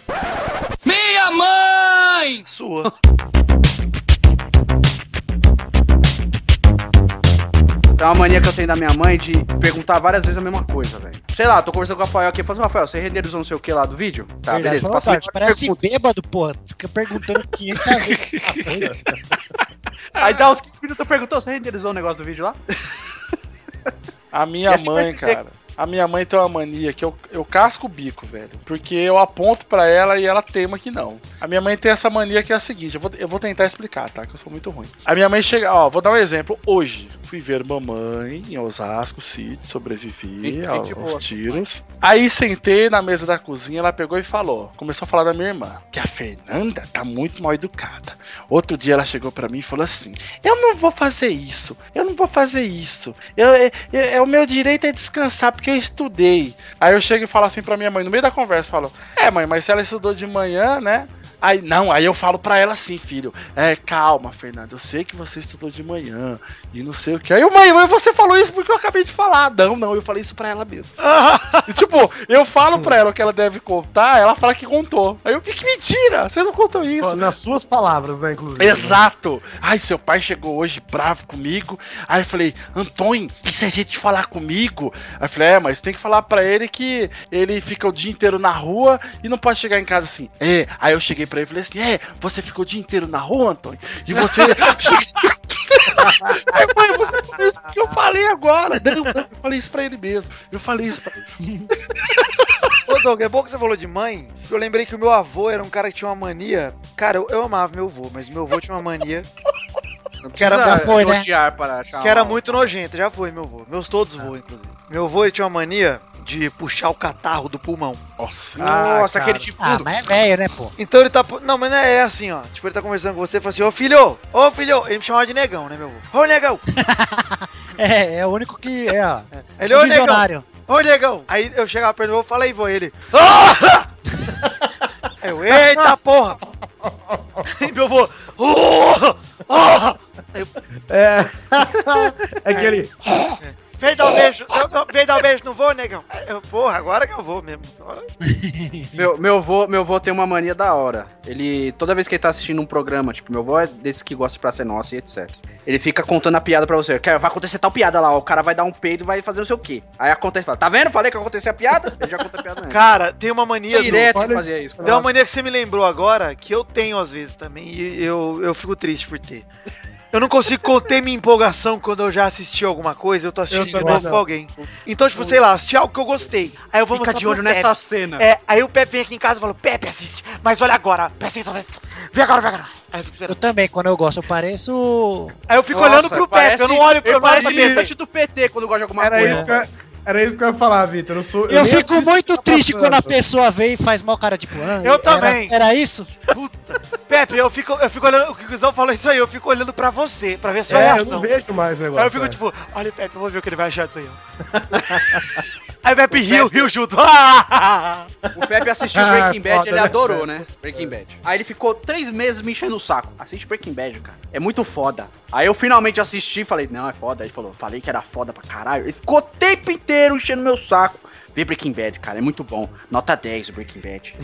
S10: sua.
S5: É uma mania que eu tenho da minha mãe de perguntar várias vezes a mesma coisa, velho. Sei lá, tô conversando com o Rafael aqui, falando, Rafael, você renderizou não sei o que lá do vídeo? Tá,
S3: Verdade,
S5: beleza.
S3: Ah, falou
S5: Passou
S3: tarde. Parece bêbado, porra. Fica perguntando é 500 vezes.
S5: Aí dá uns 15 minutos, eu perguntou, você renderizou o negócio do vídeo lá?
S6: A minha
S5: Essa
S6: mãe,
S5: vai ser-
S6: cara. a minha mãe tem uma mania que eu, eu casco o bico, velho. Porque eu aponto pra ela e ela tema que não. A minha mãe tem essa mania que é a seguinte: eu vou, eu vou tentar explicar, tá? Que eu sou muito ruim. A minha mãe chega, ó, vou dar um exemplo. Hoje, fui ver mamãe em Osasco City, sobrevivi
S5: Gente,
S6: aos,
S5: gente boa,
S6: tiros. Aí sentei na mesa da cozinha, ela pegou e falou: começou a falar da minha irmã, que a Fernanda tá muito mal educada. Outro dia ela chegou pra mim e falou assim: eu não vou fazer isso, eu não vou fazer isso. Eu- é- é- é o meu direito é descansar porque eu estudei. Aí eu chego e falo assim pra minha mãe, no meio da conversa, eu falo: É, mãe, mas se ela estudou de manhã, né? Aí não, aí eu falo pra ela assim, filho. É, calma, Fernanda, eu sei que você estudou de manhã e não sei o que. Aí, eu, mãe, mas você falou isso porque eu acabei de falar. Não, não, eu falei isso pra ela mesmo. E, tipo, eu falo pra ela o que ela deve contar, ela fala que contou. Aí eu, que que mentira, você não contou isso.
S7: Ó, Nas suas palavras, né, inclusive.
S6: Exato! Ai, seu pai chegou hoje bravo comigo. Aí eu falei, Antônio, e se a gente falar comigo? Aí eu falei, é, mas tem que falar pra ele que ele fica o dia inteiro na rua e não pode chegar em casa assim. É, aí eu cheguei pra ele e falei assim, é, você ficou o dia inteiro na rua, Antônio? E você... Aí, mãe, você falou isso que eu falei agora. Não, não, eu falei isso pra ele mesmo. Eu falei isso pra ele.
S10: Ô, Doug, é bom que você falou de mãe. Eu lembrei que o meu avô era um cara que tinha uma mania. Cara, eu, eu amava meu avô, mas meu avô tinha uma mania
S3: Que era já foi, né?
S10: que era muito nojenta. Já foi, meu avô. Meus todos
S6: Ah.
S10: voam, inclusive. Meu avô ele tinha uma mania de puxar o catarro do pulmão.
S5: Nossa, aquele tipo.
S3: Ah, mas é velho, né, pô?
S10: Então ele tá. Não, mas não é é assim, ó. Tipo, ele tá conversando com você e fala assim: Ô filho, ô filho. Ele me chamava de negão, né, meu avô? Ô negão.
S3: É, é o único que. É, ó.
S10: Ele, ô negão.
S3: visionário.
S10: Ô negão. Aí eu chegava perto do meu avô e falei, vô, ele. "Ah!" Eu, eita porra! E meu avô. "Oh, oh."
S7: É. é que ele.
S10: Vem dar um beijo, eu- eu- vem dar um beijo, não vou, negão? Eu, porra, agora que eu vou mesmo. Agora-
S5: Meu, meu, vô, meu vô tem uma mania da hora. Ele, toda vez que ele tá assistindo um programa, tipo, meu vô é desse que gosta de pra ser nossa e etc. Ele fica contando a piada pra você. Cara, vai acontecer tal piada lá, ó, o cara vai dar um peido e vai fazer não sei o quê. Aí acontece, fala, tá vendo? Falei que ia acontecer a piada? Ele já conta a piada antes.
S10: Cara, tem uma mania. do-
S5: Direto ele É, fazia isso.
S10: Tem uma mania que você me lembrou agora, que eu tenho às vezes também, e eu, eu fico triste por ter. Eu não consigo conter minha empolgação quando eu já assisti alguma coisa, eu tô assistindo de novo pra alguém. Então, tipo, sei lá, assisti algo que eu gostei. Aí eu vou
S5: Fica
S10: mostrar
S5: de
S10: pro
S5: olho
S10: Pepe.
S5: nessa cena.
S10: É, aí o Pepe vem aqui em casa e fala, Pepe, assiste, mas olha agora, presta atenção, presta atenção. Vem agora, vem agora. Aí eu fico
S3: Eu
S10: esperando.
S3: também, quando eu gosto, eu pareço.
S10: Aí eu fico
S5: Nossa,
S10: olhando pro Pepe, eu não olho pro
S5: Ele parece
S10: Pepe.
S5: militante do PT quando gosta de alguma
S7: Era
S5: coisa.
S7: isso, que eu, era isso que eu ia falar, Vitor. Eu, sou,
S3: Eu,
S7: nem
S3: fico
S7: assisto
S3: muito
S7: o que tá
S3: triste
S7: passando.
S3: quando a pessoa vem e faz mal cara de tipo, ah,
S10: Eu
S3: era-
S10: também.
S3: Era isso?
S10: Pepe, eu fico, eu fico olhando, o que o Guizão falou isso aí, eu fico olhando pra você, pra ver a sua
S7: É, eu
S10: reação.
S7: não vejo mais o negócio.
S10: Aí eu fico
S7: é.
S10: tipo, olha, Pepe, eu vou ver o que ele vai achar disso aí. ó. aí o Pepe riu, riu junto. Ah!
S5: O Pepe assistiu
S7: Ah,
S5: Breaking Bad,
S7: foda,
S5: ele
S7: né?
S5: adorou, né? Breaking Bad. Aí ele ficou três meses me enchendo o saco. Assiste Breaking Bad, cara. É muito foda. Aí eu finalmente assisti e falei, não, é foda. Aí ele falou, falei que era foda pra caralho. Ele ficou o tempo inteiro enchendo meu saco. Vê Breaking Bad, cara, é muito bom. Nota 10 o Breaking Bad.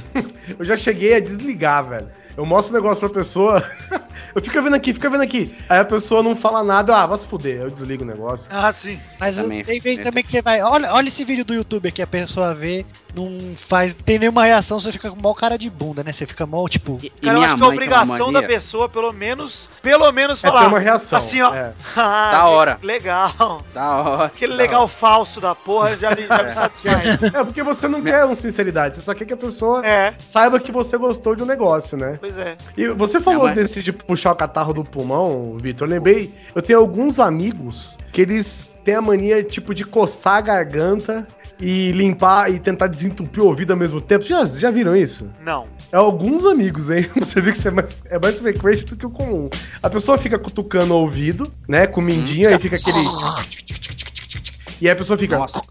S7: Eu já cheguei a desligar, velho. Eu mostro o negócio pra pessoa. eu fico vendo aqui, fica vendo aqui. Aí a pessoa não fala nada, ah, vai se fuder. Eu desligo o negócio.
S10: ah, sim.
S3: Mas
S5: Também,
S3: tem vezes
S5: também.
S3: também que você vai. Olha, olha esse vídeo do YouTube aqui, a pessoa vê, não faz. Tem nenhuma reação, você fica com mó cara de bunda, né? Você fica mó, tipo.
S5: E, e
S10: Cara, eu
S5: mãe
S10: acho que é
S5: tem uma
S10: obrigação da
S5: mania.
S10: pessoa, pelo menos, pelo menos
S7: É ter
S10: falar.
S7: uma reação.
S10: assim, ó.
S7: É.
S10: "Ah,
S5: Da hora.
S10: Legal.
S5: Da hora.
S10: Aquele legal falso da porra já me, já me satisfaz.
S7: É porque você não quer um sinceridade, você só quer que a pessoa
S10: É,
S7: saiba que você gostou de um negócio, né?
S10: pois é.
S7: E você falou
S5: Minha mãe-
S7: desse de puxar o catarro do pulmão, Vitor. Eu lembrei, eu tenho alguns amigos que eles têm a mania, tipo, de coçar a garganta e limpar e tentar desentupir o ouvido ao mesmo tempo. Já, já viram isso?
S10: Não.
S7: É alguns amigos, hein? Você vê que isso é mais, é mais frequente do que o comum. A pessoa fica cutucando o ouvido, né? Com mindinha e fica aquele. E aí a pessoa fica.
S5: Nossa.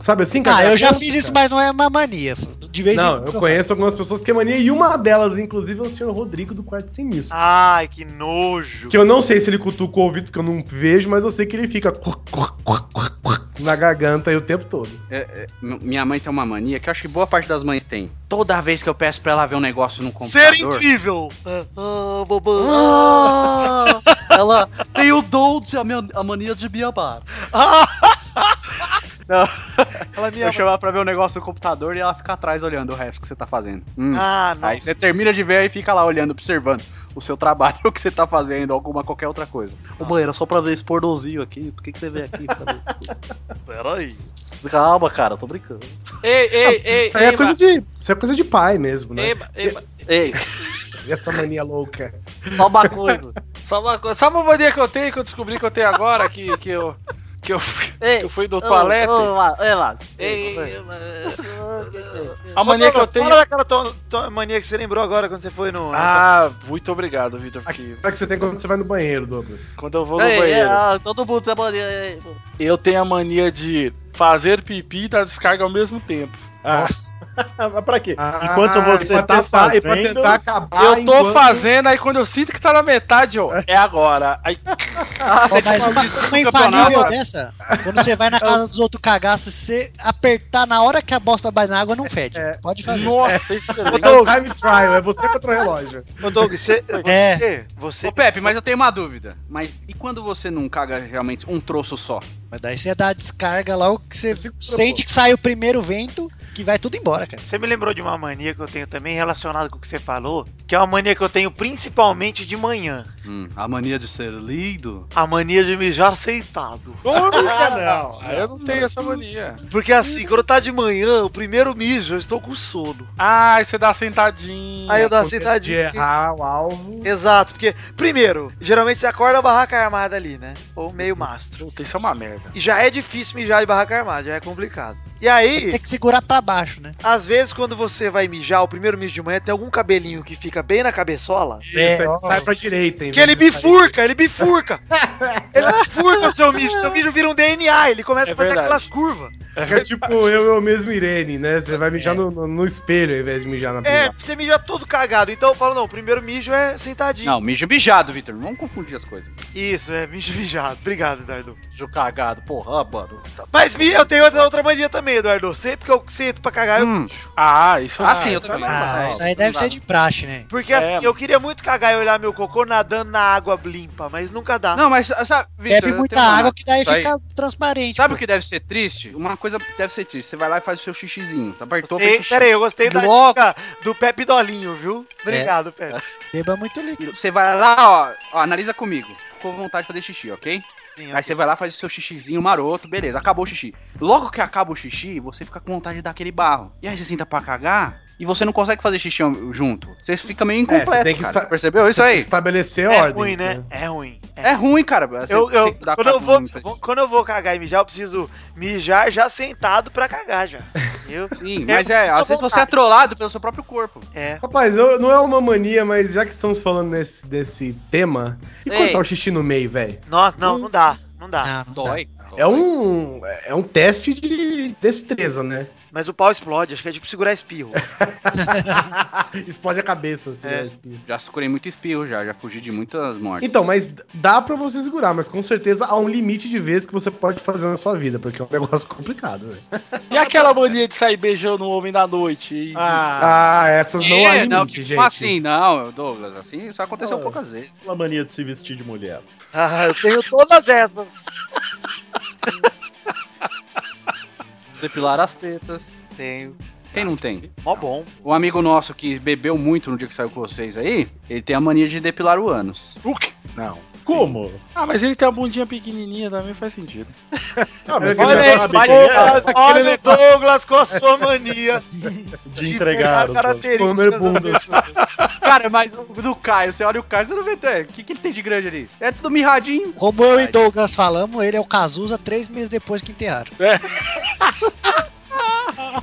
S7: Sabe assim,
S3: Ah, eu já
S7: Garganta.
S3: fiz isso, mas não é uma mania. De vez em
S7: Não, eu conheço algumas pessoas que é mania e uma delas, inclusive, é o senhor Rodrigo do Quarto Sem Misto.
S10: Ai, que
S6: Ah.
S10: nojo.
S7: Que eu não sei se ele cutuca o ouvido, porque eu não vejo, mas eu sei que ele fica na garganta aí o tempo todo.
S5: M- Minha mãe tem uma mania que eu acho que boa parte das mães tem. Toda vez que eu peço pra ela ver um negócio no
S10: Ser
S5: computador...
S10: incrível. Ah, ah, bobão.
S1: Ah, ela tem o dom de a, meu- a mania de me amar.
S5: Ela me eu chamava pra ver um negócio no computador e ela fica atrás olhando o resto que você tá fazendo. Hum.
S10: Ah,
S5: Aí
S10: nossa.
S5: você termina de ver e fica lá olhando, observando o seu trabalho, o que você tá fazendo, alguma qualquer outra coisa. Ô mãe, era só pra ver esse pornozinho aqui. Por que, que você veio aqui?
S12: Peraí.
S5: Calma, cara, eu tô brincando.
S6: Ei, ei, ei,
S7: Isso aí é
S6: ei,
S7: coisa
S6: ma-
S7: de, isso é coisa de pai mesmo, né?
S6: ei, ma- ei, ma-
S5: Ei,
S7: Essa mania louca.
S5: só uma coisa.
S6: Só uma coisa. Sabe uma mania que eu tenho que eu descobri que eu tenho agora? Que, que eu. Que eu fui, que eu fui do toalete?
S5: Olha lá.
S6: Ei, ei,
S10: A
S6: mania que eu tenho-
S10: Fala daquela ah, to- to- mania que você lembrou agora quando você foi no.
S6: Ah, muito obrigado, Vitor. Porque
S7: Como é que você tem quando você vai no banheiro, Douglas?
S6: quando eu vou no banheiro.
S1: ah.
S5: todo mundo é mania. ei, pô.
S6: Eu tenho a mania de fazer pipi e dar descarga ao mesmo tempo.
S4: Ah. Mas pra quê? Enquanto você tá
S7: tentar- e pra
S4: fazendo.
S7: tentar acabar
S6: eu tô
S7: Ah, enquanto-
S6: fazendo, aí quando eu sinto que tá na metade, ó, é agora. Aí,
S5: Ah,
S3: Ó, mas
S5: fala
S3: uma,
S5: isso no
S3: uma
S5: campeonato,
S3: infalível
S5: cara.
S3: dessa, quando você vai na casa dos outros cagar, se você apertar na hora que a bosta vai na água, não fede. Pode fazer.
S6: nossa, excelente.
S7: É o time trial, é você contra o relógio.
S10: Ô, Doug, você.
S3: É.
S10: Você. você
S5: Ô Pepe, mas eu tenho uma dúvida. Mas e quando você não caga realmente um troço só?
S3: Mas daí você dá a descarga lá, o que você sente que sai o primeiro vento, que vai tudo embora, cara.
S1: Você me lembrou de uma mania que eu tenho também relacionada com o que você falou, que é uma mania que eu tenho principalmente de manhã.
S5: Hum, a mania de ser lindo?
S1: A mania de mijar sentado.
S6: Não, não, eu não tenho essa mania.
S10: Porque assim, quando tá de manhã, o primeiro mijo, eu estou com sono.
S6: Ah, você dá sentadinho.
S10: Aí eu dou a
S7: De
S10: sentadinha. assim.
S7: errar o alvo.
S10: Exato, porque, primeiro, geralmente você acorda a barraca armada ali, né? Ou meio mastro.
S6: Puta, isso é uma merda.
S10: E já é difícil mijar de barraca armada, já é complicado. E
S3: Você
S10: aí,
S3: tem que segurar pra baixo, né?
S10: às vezes, quando você vai mijar, o primeiro mijo de manhã tem algum cabelinho que fica bem na cabeçola.
S7: Isso, ele sai pra direita, hein?
S10: Que ele bifurca, ele bifurca. ele bifurca o seu mijo. Seu mijo vira um DNA, ele começa
S6: É
S10: a fazer
S6: verdade.
S10: aquelas curvas.
S7: É tipo eu, eu mesmo, Irene, né? Você vai mijar no, no, no espelho ao invés de mijar na
S10: É,
S7: privada.
S10: você mija todo cagado. Então eu falo, não, o primeiro mijo é sentadinho.
S5: Não, mijo mijado, Vitor. Não vamos confundir as coisas.
S10: Isso, é mijo mijado. Obrigado, Eduardo.
S5: Mijo cagado, porra, mano.
S10: Mas mi- eu tenho outra, outra mania também, Eduardo. Sempre que eu sento pra cagar, eu
S5: Hum.
S10: mijo.
S6: Ah, isso
S5: Ah, sim, eu também.
S3: Ah, isso aí deve ser de praxe, né?
S10: Porque assim, eu queria muito cagar e olhar meu cocô nadando na água limpa, mas nunca dá.
S5: Não, mas sabe, Vitor,
S3: Bebe
S5: eu
S3: muita
S5: tenho uma-
S3: água que daí
S5: Isso aí.
S3: fica transparente.
S10: tipo,
S5: Sabe o
S3: pô.
S5: que deve ser triste? Uma coisa que deve ser triste. Você vai lá e faz o seu xixizinho. tá Apertou,
S10: Ei,
S5: fez xixi.
S10: pera aí, eu gostei da
S5: Bloco.
S10: dica do Pepe Dolinho, viu? Obrigado, Pepe.
S3: Beba muito líquido.
S5: E Você vai lá, ó, ó, analisa comigo. Ficou com vontade de fazer xixi, ok?
S10: Sim,
S5: Aí você vai lá, faz o seu xixizinho maroto, beleza, acabou o xixi. Logo que acaba o xixi, você fica com vontade de dar aquele barro. E aí você senta pra cagar e você não consegue fazer xixi junto. Você fica meio
S7: É,
S5: incompleto,
S7: você tem que
S5: cara.
S7: esta-
S5: Percebeu é isso aí?
S7: Estabelecer
S10: é
S7: ordens,
S10: ruim, né? Tá É ruim.
S5: É ruim, cara. Você-
S10: Eu,
S5: você
S10: eu,
S5: dá
S10: quando, eu
S5: quatro
S10: vou,
S5: minutos pra
S10: vou-
S5: xixi.
S10: quando eu vou cagar e mijar, eu preciso mijar já sentado pra cagar já. Entendeu?
S5: Sim,
S10: É,
S5: mas é,
S10: fica à
S5: às vezes você é
S10: vontade.
S5: trollado pelo seu próprio corpo.
S10: É.
S7: Rapaz, eu- não é uma mania, mas já que estamos falando nesse, desse tema, e
S5: Ei.
S7: cortar o xixi no meio, velho?
S10: Nossa, não, não dá. Não dá.
S3: Ah, Não, não dá.
S5: Ah, Dói.
S7: É um, é um teste de destreza, né?
S10: Mas o pau explode, acho que é tipo segurar espirro.
S7: Explode a cabeça, assim,
S10: É.
S7: ó, espinha.
S5: Já segurei muito espirro, já, já fugi de muitas mortes.
S7: Então, mas dá pra você segurar, mas com certeza há um limite de vezes que você pode fazer na sua vida, porque é um negócio complicado, velho.
S6: E aquela mania de sair beijando o homem da noite? E...
S7: Ah, essas não há
S5: É,
S7: limite,
S5: não,
S7: gente.
S5: tipo assim, não, Douglas, assim, isso aconteceu
S4: Ah.
S5: poucas vezes.
S4: Aquela mania de se vestir de mulher.
S10: Ah, eu tenho todas essas.
S5: Depilar as tetas.
S10: Tenho.
S5: Quem não tem?
S10: Mó bom.
S5: Um amigo nosso que bebeu muito no dia que saiu com vocês aí, ele tem a mania de depilar o ânus.
S6: O quê?
S4: Como?
S6: Ah, mas ele tem a bundinha pequenininha também, faz sentido.
S7: Ah, mas
S10: Olha
S7: você
S10: aí,
S7: já sabe
S10: Douglas,
S7: que é
S10: olha o Douglas com a sua mania
S4: De entregar os
S10: pegar características.
S4: bundas.
S5: Cara, mas o do Caio, você olha o Caio, você não vê. é, O que, que ele tem de grande ali? É tudo mirradinho.
S3: Como eu e Douglas falamos, ele é o Cazuza três meses depois que enterraram.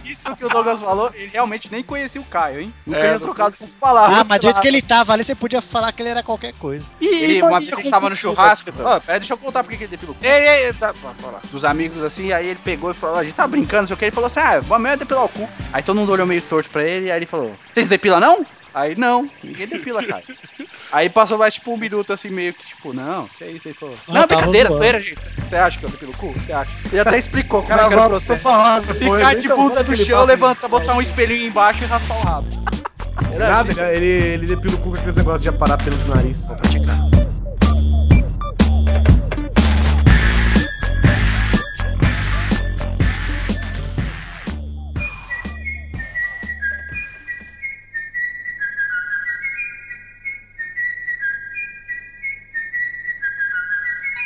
S5: Isso que o Douglas falou, ele realmente nem conhecia o Caio, hein? Nunca
S6: É,
S5: tinha
S6: não
S5: trocado essas
S3: Ah,
S5: palavras.
S3: mas do jeito que ele tava ali, você podia falar que ele era qualquer coisa.
S6: E,
S5: Ele, uma vez a gente tava no churrasco. Ó, pera, deixa eu contar porque que ele depilou.
S6: Ei, ei, tá, pô, pô, lá.
S5: Dos amigos assim, aí ele pegou e falou: a gente tá brincando, não sei o que. Ele falou assim: ah, vamos mesmo é depilar o cu. Aí todo mundo olhou meio torto pra ele, aí ele falou: vocês depilam não? Aí não, ninguém depila, cara. aí passou mais tipo um minuto assim, meio que tipo, não, que é isso aí, falou.
S3: Ah,
S5: Não,
S3: tava
S5: brincadeira,
S3: zoando.
S5: zoeira, gente. Você acha que eu depilo o cu? Você acha? Ele até explicou como é
S7: cara
S5: que era o
S7: vai
S5: processo.
S7: falar depois,
S5: Ficar de bunda
S7: então,
S5: no
S7: vamos depilar
S5: chão,
S7: o
S5: levantar, botar um espelhinho embaixo e raspar o rabo.
S7: Nada, ele- ele, ele depila o cu com aquele negócio de aparar pelo nariz.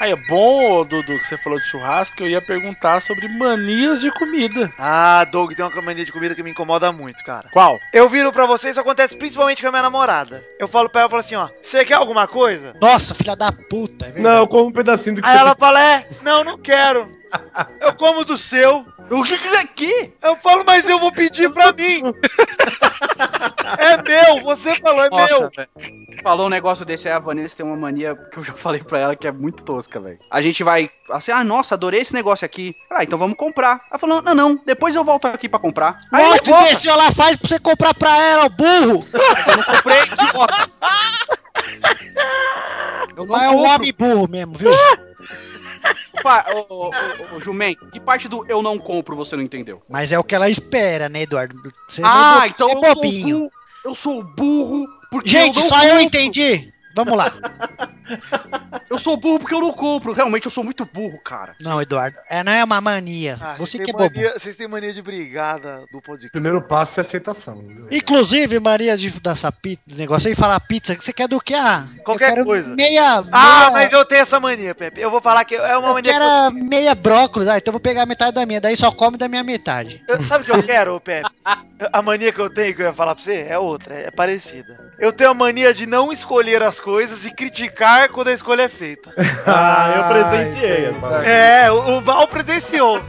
S6: Aí é bom, ô, Dudu, que você falou de churrasco, eu ia perguntar sobre manias de comida.
S10: Ah, Doug, tem uma mania de comida que me incomoda muito, cara.
S6: Qual?
S10: Eu viro pra vocês, isso acontece principalmente com a minha namorada. Eu falo pra ela, eu falo assim, ó, você quer alguma coisa?
S3: Nossa, filha da puta. É verdade.
S7: Não, eu como um pedacinho do que
S10: Aí ela fala, é, não, não quero. Eu como do seu. O que que é aqui? Eu falo, mas eu vou pedir pra mim. É meu, você falou, é
S5: Nossa,
S10: meu.
S5: velho. Falou um negócio desse, aí a Vanessa tem uma mania que eu já falei pra ela que é muito tosca, velho. A gente vai assim, ah, nossa, adorei esse negócio aqui. Ah, então vamos comprar. Ela falou, não, não, depois eu volto aqui pra comprar. Aí
S3: Nossa,
S5: não
S3: que
S5: volta.
S3: imbecil ela faz pra você comprar pra ela, ô burro!
S5: Eu não comprei, idiota. Eu não
S3: Mas é um
S5: compro.
S3: homem burro mesmo, viu?
S5: Fa- Ô, ô, ô, ô, Jumento, que parte do eu não compro você não entendeu?
S3: Mas é o que ela espera, né, Eduardo? Você
S5: ah,
S3: é bo-
S5: então
S3: você
S5: eu
S3: é
S5: sou
S3: bobinho.
S5: burro, eu sou burro porque
S3: Gente,
S5: eu não
S3: só eu
S5: compro.
S3: entendi. Vamos lá.
S5: Eu sou burro porque eu não compro. Realmente eu sou muito burro, cara.
S3: Não, Eduardo, é, não é uma mania.
S10: Ah,
S3: Você
S10: tem
S3: que é bobo.
S10: mania- Vocês têm mania de brigada do
S7: O
S10: podcast.
S7: primeiro passo é aceitação. viu?
S3: Inclusive, Maria de dessa pizza, desse negócio aí, falar pizza, que você quer do que? Ah, eu
S10: Qualquer
S3: quero
S10: coisa.
S3: Meia,
S10: Ah,
S3: meia,
S10: mas eu tenho essa mania, Pepe. Eu vou falar que é uma
S3: eu
S10: mania que
S3: quero meia brócolis. Ah, então eu vou pegar metade da minha, daí só come da minha metade.
S10: Eu- sabe o que eu quero, ô Pepe? A mania que eu tenho que eu ia falar pra você é outra, é parecida. Eu tenho a mania de não escolher as coisas e criticar quando a escolha é feita.
S4: Ah, eu presenciei essa.
S10: É, o, o Val presenciou.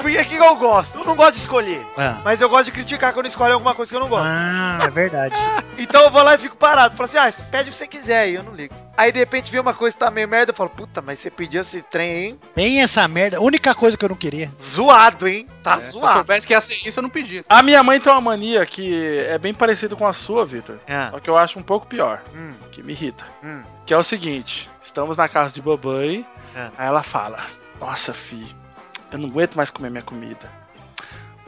S10: Porque o que eu gosto? Eu não gosto de escolher.
S3: Ah.
S10: Mas eu gosto de criticar quando escolhe alguma coisa que eu não gosto.
S3: Ah, é verdade.
S10: Então eu vou lá e fico parado. Falo assim, ah, pede o que você quiser aí, eu não ligo. Aí de repente vem uma coisa que tá meio merda, eu falo, puta, mas você pediu esse trem aí, hein?
S3: Bem essa merda. Única coisa que eu não queria.
S10: Zoado, hein? Tá
S5: É. Se eu
S10: zoado.
S5: soubesse que ia ser isso, eu não pedia.
S6: A minha mãe tem uma mania que é bem parecida com a sua, Vitor.
S10: Ah.
S6: Só que eu acho um pouco pior,
S10: Hum,
S6: que me irrita.
S10: hum.
S6: Que é o seguinte: estamos na casa de babãe,
S10: É.
S6: aí ela fala: Nossa, fi, eu não aguento mais comer minha comida.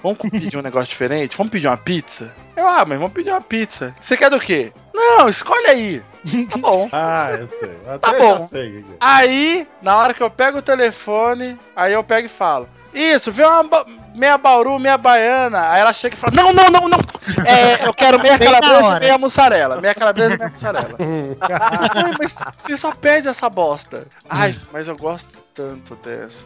S6: Vamos co- pedir um negócio diferente? Vamos pedir uma pizza? Eu, ah, mas vamos pedir uma pizza. Você quer do quê? Não, escolhe aí. Tá bom.
S4: Ah, eu sei. Até
S6: Tá
S4: já
S6: bom.
S4: sei o que que é.
S6: Aí, na hora que eu pego o telefone, aí eu pego e falo: Isso, vê uma ba- meia bauru, meia baiana. Aí ela chega e fala: Não, não, não, não. É, eu quero meia
S3: Bem na
S6: calabresa e
S3: hora.
S6: meia mussarela. Meia calabresa e meia mussarela. Ai, mas você só pede essa bosta. Ai, mas eu gosto tanto dessas.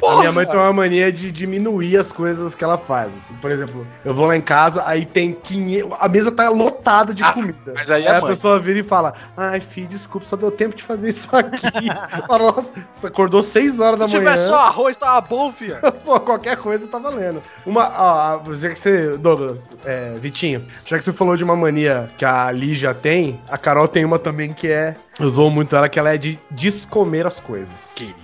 S6: Eu,
S7: A minha mãe
S6: porra.
S7: tem uma mania de diminuir as coisas que ela faz. assim. Por exemplo, eu vou lá em casa, aí tem 500. A mesa tá lotada de
S6: Ah,
S7: comida.
S6: mas aí é
S7: a
S6: mãe.
S7: pessoa vira e fala: Ai, filho, desculpa, só deu tempo de fazer isso aqui. Fala, Nossa, você acordou 6 horas da
S5: Se
S7: manhã.
S5: tiver só arroz, tá tava bom, fia.
S7: Pô, qualquer coisa tá valendo. Uma, ó, já que você, Douglas, é, Vitinho, já que você falou de uma mania que a Lígia tem, a Carol tem uma também que é, usou muito ela, que ela é de descomer as coisas.
S6: Que?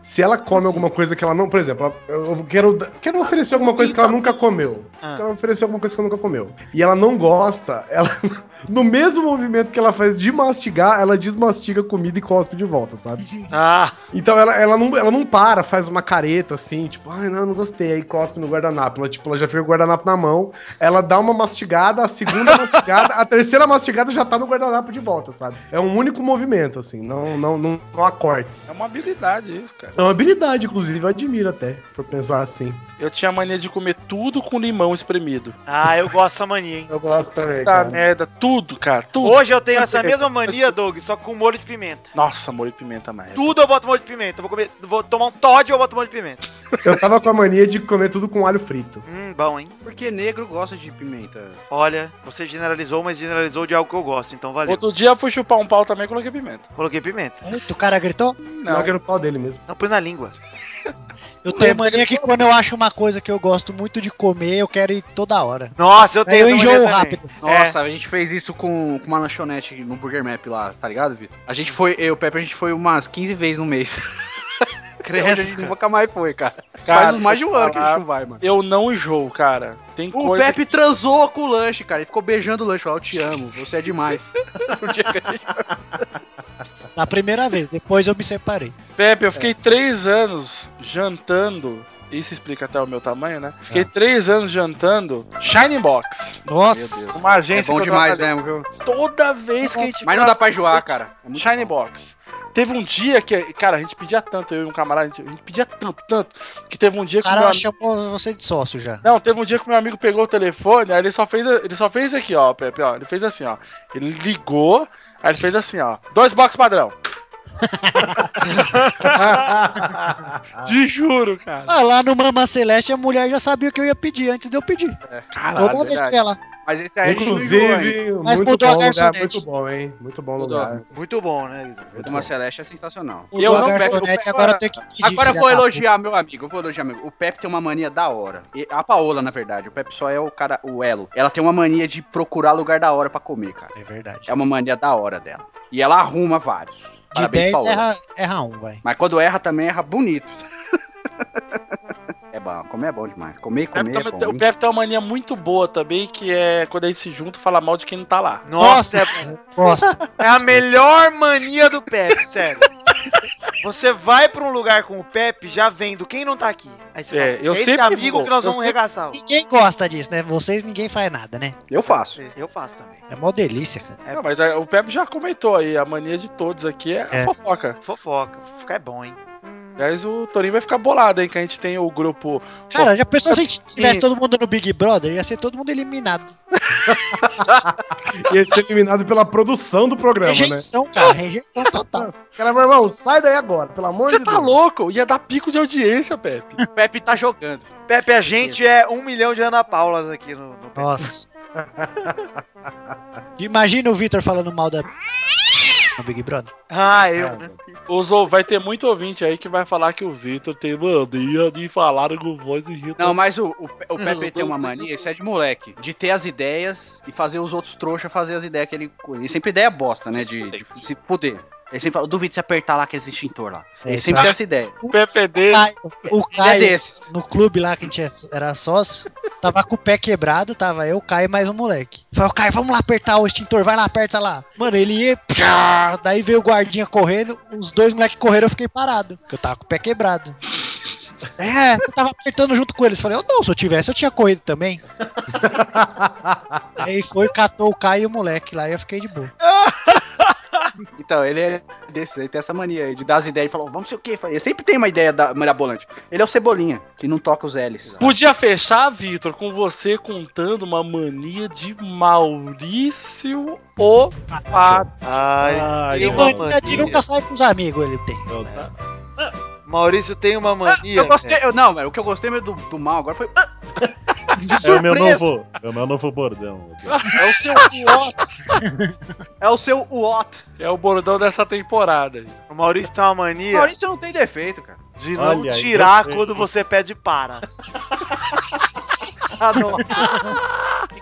S7: Se ela come alguma coisa que ela não, por exemplo, ela- eu quero, quero oferecer alguma coisa que ela nunca comeu.
S10: Então- Ah.
S7: Quero oferecer alguma coisa que ela nunca comeu. E ela não gosta, ela no mesmo movimento que ela faz de mastigar, ela desmastiga a comida e cospe de volta, sabe?
S10: Ah,
S7: Então ela, ela, não, ela não para, faz uma careta assim, tipo, ai não, não gostei, aí cospe no guardanapo. Ela, tipo, ela já fica com o guardanapo na mão, ela dá uma mastigada, a segunda mastigada, a terceira mastigada já tá no guardanapo de volta, sabe? É um único movimento, assim, não, não, não, não há cortes.
S6: É uma habilidade isso, cara.
S7: É uma habilidade, inclusive, eu admiro até, por pensar assim.
S6: Eu tinha a mania de comer tudo com limão espremido.
S10: ah, eu gosto dessa mania, hein?
S7: Eu gosto também,
S6: Tá
S5: né?
S6: merda, tudo, cara, tudo.
S10: Hoje eu tenho essa mesma mania, Doug, só com molho de pimenta.
S6: Nossa, molho de pimenta mais.
S10: Tudo eu boto molho de pimenta. Eu vou, comer, vou tomar um Todd e eu boto molho de pimenta.
S7: Eu tava com a mania de comer tudo com alho frito.
S10: Hum, bom, hein?
S5: Porque negro gosta de pimenta.
S10: Olha, você generalizou, mas generalizou de algo que eu gosto, então valeu.
S6: Outro dia eu fui chupar um pau também e coloquei pimenta.
S10: Coloquei pimenta.
S3: Eita, o cara gritou?
S7: Não. Eu quero o pau dele mesmo.
S10: Não põe na língua.
S3: Eu tenho mania que quando eu acho uma coisa que eu gosto muito de comer, eu quero ir toda hora.
S10: Nossa, eu
S3: Aí É,
S10: tenho
S3: eu
S10: essa
S3: enjoo
S10: mania também. É.
S3: rápido.
S5: Nossa, a gente fez isso com, com uma lanchonete no Burger Map lá, tá ligado, Vitor? A gente foi, eu e o Pepe, a gente foi umas 15 vezes no mês. Credo, a gente nunca mais foi, cara. Faz
S6: Cara,
S5: uns mais de um ano que a
S6: falar-
S5: gente não vai, mano.
S6: Eu não enjoo, cara. Tem
S5: O
S6: coisa.
S5: Pepe transou com o lanche, cara. Ele ficou beijando o lanche. Falou, eu te amo, você é demais. Um
S3: Na primeira vez, depois eu me separei.
S6: Pepe, eu fiquei três anos jantando. Isso explica até o meu tamanho, né? Fiquei três anos jantando Shining Box.
S3: Nossa,
S6: Uma
S5: é
S6: agência
S5: bom
S6: que eu
S5: demais
S6: trabalhei.
S5: mesmo, viu?
S6: Toda vez que a gente
S5: Mas não dá pra enjoar, cara. É muito
S6: Shiny
S5: bom.
S6: Box. Teve um dia que, cara, a gente pedia tanto, eu e um camarada, a gente, a gente pedia tanto, tanto, que teve um dia
S3: O
S6: que. o meu
S3: cara
S6: am-
S3: chamou você de sócio já.
S6: Não, teve um dia que meu amigo pegou o telefone, aí ele só fez, ele só fez aqui, ó, Pepe, ó. Ele fez assim, ó. Ele ligou, aí ele fez assim, ó. Dois box padrão. Te juro, cara.
S3: Ah, lá no Mama Celeste a mulher já sabia o que eu ia pedir antes de eu pedir.
S5: Ah,
S6: Caralho,
S5: é
S3: Toda vez que
S6: verdade.
S3: ela.
S5: Mas esse aí
S7: Inclusive,
S3: Mas
S7: muito
S3: mudou a
S7: bom lugar,
S3: garçonete.
S7: muito bom, hein? Muito bom
S5: Mudou.
S7: lugar.
S10: Muito bom, né?
S5: Uma Celeste é sensacional.
S3: Mudou a garçonete, agora tem que é pedir,
S5: Agora eu
S3: filha
S5: vou
S3: da
S5: elogiar meu amigo, eu vou elogiar meu amigo. O Pepe tem uma mania da hora. E a Paola, na verdade, o Pepe só é o cara, o elo. Ela tem uma mania de procurar lugar da hora pra comer, cara.
S3: É verdade.
S5: É uma mania da hora dela. E ela arruma vários.
S3: De
S5: Parabéns,
S3: 10
S5: Paola.
S3: erra, erra um, vai.
S5: Mas quando erra também erra bonito. é bom, comer é bom demais. Comer e
S6: O Pepe,
S5: comer
S6: tem,
S5: é
S6: uma-
S5: bom.
S6: o Pepe tem uma mania muito boa também, que é quando a gente se junta falar mal de quem não tá lá.
S10: Nossa,
S3: Gosto.
S10: é, é a melhor mania do Pepe, sério. Você vai pra um lugar com o Pepe, já vendo quem não tá aqui. Aí você
S6: É,
S10: fala,
S6: eu
S10: "É esse
S6: sempre
S10: amigo
S6: vou,
S10: que nós
S6: eu
S10: vamos
S6: sempre-
S10: regaçar.
S3: Ninguém gosta disso, né? Vocês ninguém faz nada, né?
S5: Eu faço.
S10: Eu faço também.
S3: É mó delícia, cara.
S6: É, mas é, o Pepe já comentou aí, a mania de todos aqui é,
S3: É.
S6: a fofoca.
S10: Fofoca, fofoca é bom, hein?
S6: Aliás, o Torinho vai ficar bolado, hein, que a gente tem o grupo...
S3: Cara, já pensou se a gente tivesse
S6: Sim.
S3: todo mundo no Big Brother? Ia ser todo mundo eliminado.
S7: Ia ser eliminado pela produção do programa, né?
S3: Rejeição, cara. Rejeição total.
S7: Cara, meu irmão, sai daí agora, pelo amor
S6: Você
S7: de
S6: tá
S7: Deus.
S6: louco? Ia dar pico de audiência, Pepe.
S5: Pepe tá jogando.
S10: Pepe, a gente é um milhão de Ana Paulas aqui no, no Pepe.
S3: Nossa. Imagina o Victor falando mal da. No Big Brother.
S10: Ah, eu, né?
S6: Os, ou- vai ter muito ouvinte aí que vai falar que o Vitor tem mania de falar com voz irritante.
S5: Não, mas o, o, Pe- o Pepe tem uma mania, isso é de moleque, de ter as ideias e fazer os outros trouxa fazer as ideias que ele. Ele sempre ideia bosta, né? De, de se fuder. Ele sempre fala, duvido se apertar lá aquele extintor lá. Ele
S3: É Isso.
S5: sempre tem essa ideia.
S6: O Pepe é desse.
S3: O
S5: Ele é
S3: Caio,
S5: desses.
S3: no clube lá que a gente é era sócio, tava com o pé quebrado, tava eu, o Caio e mais um moleque. Falei, Caio, vamos lá apertar o extintor, vai lá, aperta lá. Mano, ele ia. pshá, Daí veio o guardinha correndo, os dois moleques correram, eu fiquei parado. Porque eu tava com o pé quebrado. É, eu tava apertando junto com eles. Falei, eu não, se eu tivesse, eu tinha corrido também. Aí foi, catou o Caio e o moleque lá e eu fiquei de boa.
S5: Então, ele é desses, ele tem essa mania aí de dar as ideias e falar, "Ó, vamos sei o quê. Ele sempre tem uma ideia da mirabolante. Ele é o Cebolinha, que não toca os L's.
S6: Podia fechar, Vitor, com você contando uma mania de Maurício o Pato.
S10: Ai,
S4: Ai,
S10: tem
S3: Ele
S10: uma
S3: mania
S10: mania.
S3: de nunca sai com os amigos, ele tem.
S4: tá-
S10: Maurício tem uma mania.
S5: Eu gostei, eu, não, velho, o que eu gostei mesmo do, do mal agora foi. "Ah!"
S4: É o meu
S5: Surpreso.
S4: novo, é o meu novo bordão.
S5: É o seu what? é o seu what?
S6: É o bordão dessa temporada. aí.
S10: cara. é. O Maurício tem uma mania
S5: Maurício não tem defeito, cara.
S10: de não
S4: Olha aí,
S10: tirar
S4: gostei.
S10: quando você pede para.
S5: Ah, não.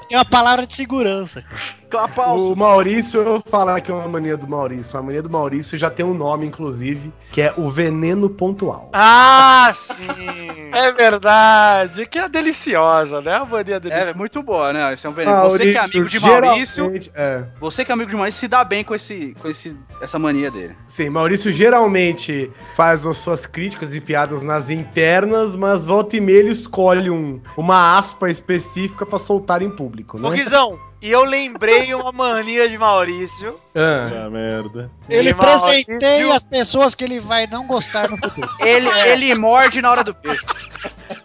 S3: Tem uma palavra de segurança.
S5: Clapalso.
S7: O Maurício, eu vou falar que é uma mania do Maurício. A mania do Maurício já tem um nome, inclusive, que é o veneno pontual.
S10: Ah, sim!
S6: É verdade, que é deliciosa, né? A mania
S5: É,
S6: deliciosa.
S5: é muito boa, né? Esse é um veneno. você que é amigo de Maurício,
S7: geralmente- Ah, É.
S5: você que é amigo de Maurício, se dá bem com, esse, com esse, essa mania dele.
S7: Sim, Maurício geralmente faz as suas críticas e piadas nas internas, mas volta e meia ele escolhe um, uma aspa específica pra soltar em público,
S10: Ô,
S7: né?
S10: Guizão, e eu lembrei uma mania de Maurício.
S7: Ah.
S4: Ah, merda.
S3: Ele
S10: Irmão,
S3: presenteia as pessoas que ele vai não gostar no futuro.
S5: Ele, ele morde na hora do beijo.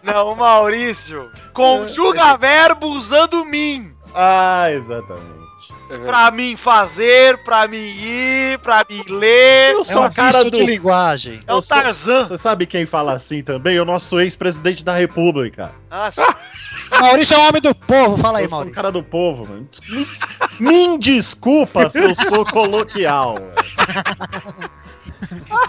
S10: Não, o Maurício
S5: É,
S10: conjuga verbo usando mim.
S4: Ah, exatamente.
S5: É.
S10: Pra mim fazer, pra mim ir, pra mim ler.
S4: Eu
S3: É um
S4: sou a cara
S3: vício
S4: do.
S3: de linguagem.
S10: É o
S4: Eu sou-
S10: Tarzan.
S4: Você sabe quem fala assim também? O nosso ex-presidente da República.
S5: Ah,
S10: Nossa,
S3: Maurício é o homem do povo, fala aí,
S4: eu sou um
S3: Maurício.
S4: cara do povo, mano. Des- Me, des- me desculpa se eu sou coloquial.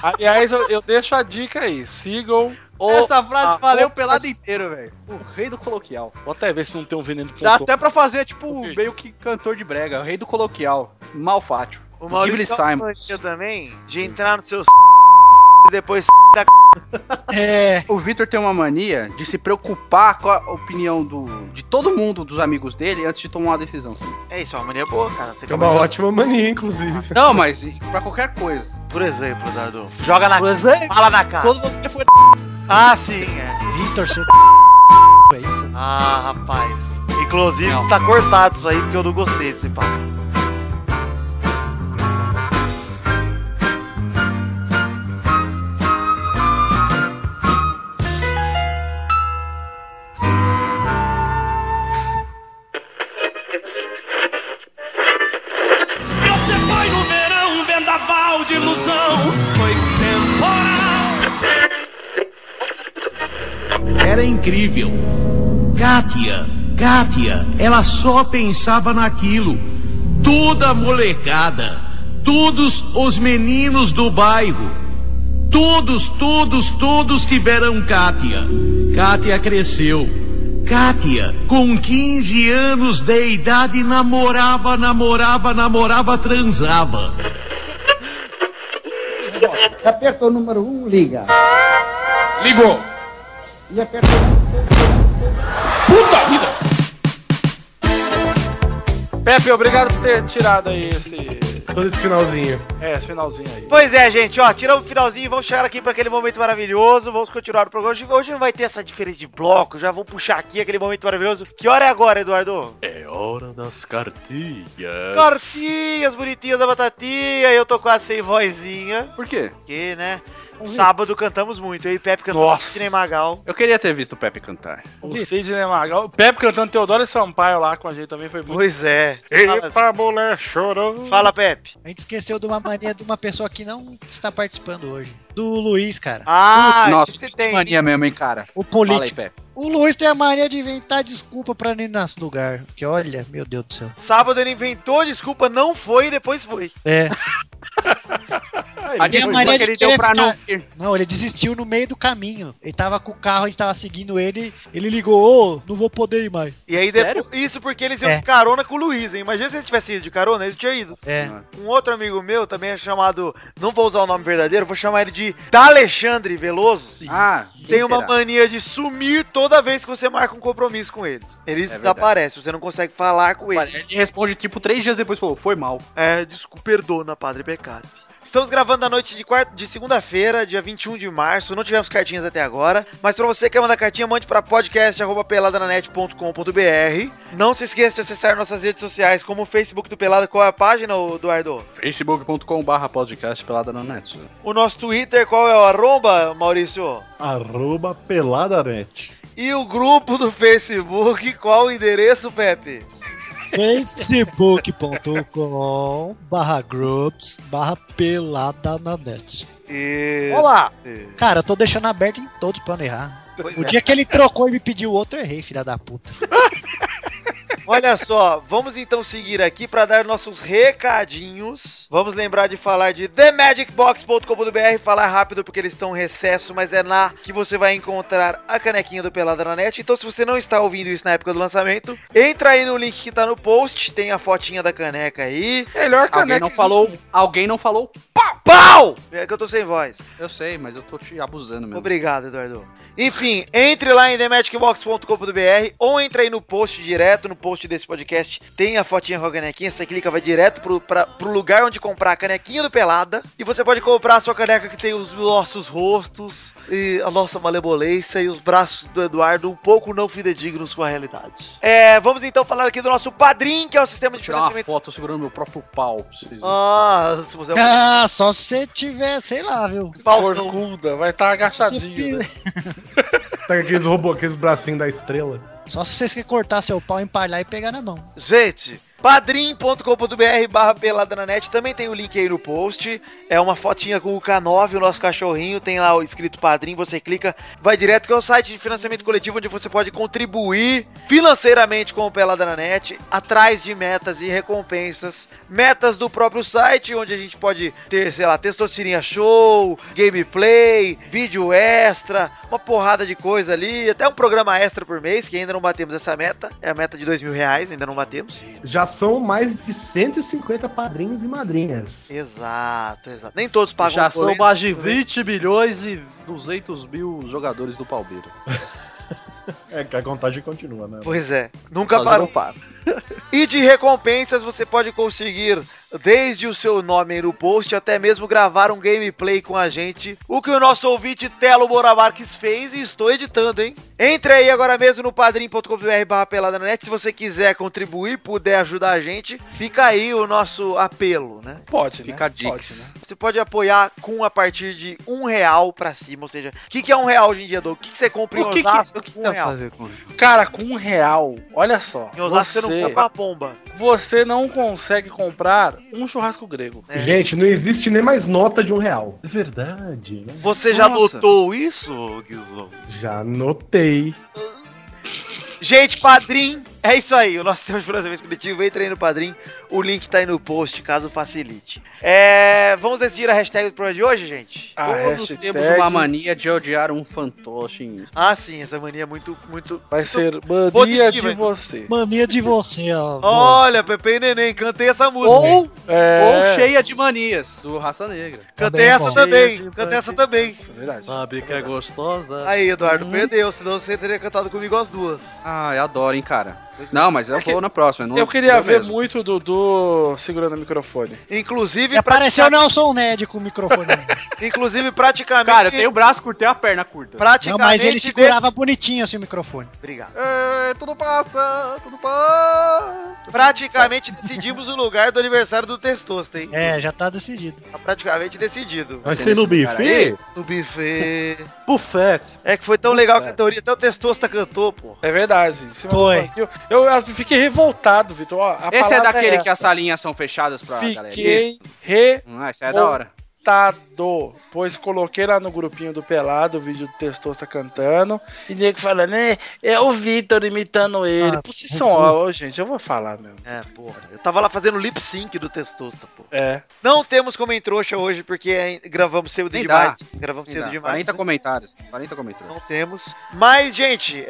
S6: Aliás, eu, eu deixo a dica aí. Sigam o.
S5: Essa frase
S6: a-
S5: valeu
S6: o-
S5: o pelado inteiro, velho. ah, O rei do coloquial.
S6: Vou até ver se não tem um veneno
S5: Dá
S6: pontual.
S5: até pra fazer, tipo,
S6: Ok.
S5: meio que cantor de brega. O rei do coloquial. Malfátio.
S10: o
S5: Ghibli
S10: Maurício tem uma
S5: Simons.
S10: mania também de entrar no seu c... e depois
S3: É,
S5: O Vitor tem uma mania de se preocupar com a opinião do, de todo mundo, dos amigos dele, antes de tomar uma decisão.
S10: É isso, é uma mania boa, cara. Você
S7: É uma
S10: acabou de-
S7: ótima mania, inclusive.
S5: Não, mas e- pra qualquer coisa.
S10: Por exemplo, Dado. Joga na
S5: Por
S10: cara.
S5: exemplo,
S10: Fala na cara.
S5: quando você for
S10: Ah, sim, é.
S3: Vitor, seu é isso.
S10: Ah, rapaz. Inclusive,
S5: Não.
S10: está cortado isso aí, porque eu não gostei desse papo.
S13: incrível. Kátia, Kátia, ela só pensava naquilo. Toda a molecada, todos os meninos do bairro, todos, todos, todos tiveram Kátia. Kátia cresceu. Kátia, com 15 anos de idade, namorava, namorava, namorava, transava.
S14: Aperta o número 1, um, liga.
S13: Ligou.
S14: E aperta o
S13: Puta vida!
S6: Pepe, obrigado por ter tirado aí esse.
S7: Todo esse finalzinho.
S6: É, esse finalzinho aí.
S1: Pois é, gente, ó, tiramos o finalzinho e vamos chegar aqui para aquele momento maravilhoso. Vamos continuar o programa. Hoje, hoje não vai ter essa diferença de bloco, já vou puxar aqui aquele momento maravilhoso. Que hora é agora, Eduardo?
S2: É hora das cartilhas.
S1: Cartinhas bonitinhas da batatinha, eu tô quase sem vozinha.
S2: Por quê?
S1: Porque, né?
S10: Tá.
S1: Sábado cantamos muito, eu e Pepe cantamos Sidney Magal.
S2: Eu queria ter visto o Pepe cantar.
S6: O Sidney né, Magal. O Pepe cantando Teodoro e Sampaio lá com a gente também foi muito.
S1: Pois é.
S6: Eita, mulher chorou.
S1: Fala, Pepe.
S3: A gente esqueceu de uma mania de uma pessoa que não está participando hoje. Do Luiz, cara.
S1: Ah,
S2: Nossa,
S1: você
S2: que
S1: tem.
S2: mania mesmo, hein, cara?
S3: O político.
S2: Fala aí, Pepe.
S3: O Luiz tem a mania de inventar desculpa pra não ir nesse lugar. Que olha, meu Deus do céu.
S1: Sábado ele inventou desculpa, não foi e depois foi.
S3: É.
S2: A
S3: Tem a
S2: desculpa
S3: mania
S2: que
S3: de
S2: ele deu
S3: querer
S2: pra não
S3: ficar- Não, ele desistiu no meio do caminho. Ele tava com o carro, a gente tava seguindo ele. Ele ligou, ô, não vou poder ir mais.
S1: E aí depois, isso porque eles iam
S3: É.
S1: de carona com o Luiz, hein? Imagina se eles tivessem ido de carona, eles tinham ido.
S3: É.
S1: Um outro amigo meu também é chamado, não vou usar o nome verdadeiro, vou chamar ele de D'Alexandre Veloso.
S2: Ah,
S1: Tem uma mania de sumir toda vez que você marca um compromisso com ele. Ele desaparece, você não consegue falar com ele.
S2: Ele responde tipo três dias depois falou, foi mal.
S1: É, desculpa, perdona, padre, pecado. Estamos gravando na noite de, quarta- de segunda-feira, dia 21 de março. Não tivemos cartinhas até agora, mas pra você que quer mandar cartinha, mande para podcast@peladananet.com.br. Não se esqueça de acessar nossas redes sociais, como o Facebook do Pelada, qual é a página, ô, Eduardo?
S2: facebook.com podcast pelada na net.
S1: O nosso Twitter, qual é o arroba, Maurício?
S4: Arroba peladanet.
S1: E o grupo do Facebook, qual o endereço, Pepe?
S3: facebook.com barra groups barra pelada na net.
S1: E...
S3: Olá! Cara, eu tô deixando aberto em todos pra não errar.
S1: Pois
S3: O
S1: é.
S3: dia que ele trocou e me pediu outro, eu errei, filha da puta.
S1: Olha só, vamos então seguir aqui para dar nossos recadinhos. Vamos lembrar de falar de TheMagicBox.com.br, falar rápido porque eles estão em recesso, mas é lá que você vai encontrar a canequinha do Pelada na Net. Então, se você não está ouvindo isso na época do lançamento, entra aí no link que tá no post, tem a fotinha da caneca aí.
S6: Melhor
S2: Alguém não falou, alguém não falou,
S1: Pau! É que eu tô sem voz.
S2: eu sei, mas eu tô te abusando mesmo.
S1: Obrigado, Eduardo. Enfim, entre lá em TheMagicBox.com.br ou entra aí no post direto, no post desse podcast, tem a fotinha com a canequinha, você clica, vai direto pro, pra- pro lugar onde comprar a canequinha do Pelada, e você pode comprar a sua caneca que tem os nossos rostos, e a nossa malebolência e os braços do Eduardo um pouco não fidedignos com a realidade. É, vamos então falar aqui do nosso padrinho, que é o sistema de
S2: Tirar uma
S1: financiamento...
S2: foto segurando meu próprio pau. pra vocês verem.
S1: Ah, se você é um
S3: Ah, só se você tiver, sei lá, viu?
S1: Faustão.
S6: vai estar tá
S3: Se
S6: agachadinho.
S2: né?
S1: né?
S3: fi-
S7: Tá aqueles robôs, aqueles bracinhos da estrela.
S3: Só se você quer cortar seu pau, empalhar e pegar na mão.
S1: Gente, padrim.com.br barra pelada na net, também tem o link aí no post, é uma fotinha com o K9, o nosso cachorrinho, tem lá o escrito padrim, você clica, vai direto que é o site de financiamento coletivo onde você pode contribuir financeiramente com o Pelada na net, atrás de metas e recompensas, metas do próprio site, onde a gente pode ter, sei lá, testosterinha show, gameplay, vídeo extra, uma porrada de coisa ali, até um programa extra por mês, que ainda não batemos essa meta, é a meta de dois mil reais, ainda não batemos.
S7: Já são mais de 150 padrinhos e madrinhas.
S1: Exato, exato. Nem todos pagam
S2: Já
S1: um boleto,
S2: são mais de
S1: né?
S2: 20 milhões e 200 mil jogadores do Palmeiras.
S4: É, que a contagem continua, né?
S1: Pois é, nunca
S2: Nós
S1: parou.
S2: não para.
S1: E de recompensas você pode conseguir, desde o seu nome aí no post, até mesmo gravar um gameplay com a gente. O que o nosso ouvinte Telo Moura Marques fez e estou editando, hein? Entre aí agora mesmo no padrim.com.br barra pelada na net. Se você quiser contribuir, puder ajudar a gente, fica aí o nosso apelo, né?
S6: Pode, né?
S2: Fica a dica.
S6: Pode, né?
S1: Você pode apoiar com a partir de um real pra cima, ou seja, o que, que é um real hoje em dia, Doug? O que, que você compra em
S2: O que que-
S1: Osasco
S2: o que tá
S1: com um
S2: dá pra
S1: real?
S6: né?
S2: fazer com isso?
S6: Cara, com um real, olha só.
S1: Em Osasco você, tá
S6: você,
S1: não compra uma pomba.
S6: você não consegue comprar um churrasco grego.
S7: É. Gente, não existe nem mais nota de um real.
S4: É verdade. Né?
S1: Você já Nossa. notou isso, Guizão?
S7: Já notei.
S1: Gente, padrinho, é isso aí. O nosso tema de financiamento coletivo, entra aí no padrinho. O link tá aí no post, caso facilite. É, vamos decidir a hashtag do programa de hoje, gente?
S5: A Todos Ah, hashtag... temos uma mania de odiar um fantoche em isso.
S1: Ah, sim, essa mania é muito, muito...
S6: Vai ser mania positiva, de você.
S3: Mania de você, ó.
S1: Olha, Pepe e Neném, cantei essa música.
S5: Ou, é... ou cheia de manias, do Raça Negra.
S1: Cantei essa também, cantei essa também.
S5: Verdade. Sabe que é gostosa.
S1: Aí, Eduardo,
S5: Uhum.
S1: hum. perdeu, senão você teria cantado comigo as duas.
S5: Ah, eu adoro, hein, cara. Não, mas eu vou na próxima. Não, é
S6: eu queria eu ver mesmo. muito o Dudu segurando o microfone.
S1: Inclusive.
S3: E apareceu praticamente... Nelson Ned com o microfone.
S1: Inclusive, praticamente.
S5: Cara, eu tenho o braço curto e a perna curta.
S3: Praticamente. Não, mas ele segurava bonitinho assim o microfone.
S1: Obrigado.
S5: É, tudo passa, tudo passa.
S1: Praticamente decidimos o lugar do aniversário do Testosta, hein?
S3: É, já tá decidido.
S1: Tá praticamente decidido.
S4: Vai ser no buffet? Aí?
S1: No buffet.
S5: Buffet.
S1: É que foi tão legal a cantoria, até o Testosta cantou, pô.
S6: É verdade.
S3: Foi.
S6: Eu, eu, fiquei revoltado, Vitor. Ó,
S5: Esse é daquele é que as salinhas são fechadas pra
S6: fiquei galera. Fiquei re.
S5: Hum, ah, isso é da hora.
S6: Revoltado, pois coloquei lá no grupinho do Pelado o vídeo do Testosta cantando e nego falando, é, é o Vitor imitando ele. Ah, Pô, vocês são ó, gente, eu vou falar mesmo.
S1: É, porra. Eu tava lá fazendo lip sync do Testosta, pô.
S6: É.
S1: Não temos como em trouxa hoje porque gravamos cedo Nem demais. Dá. Gravamos Nem cedo dá. demais.
S5: 40 comentários. 40 comentários.
S1: Não temos. Mas, gente,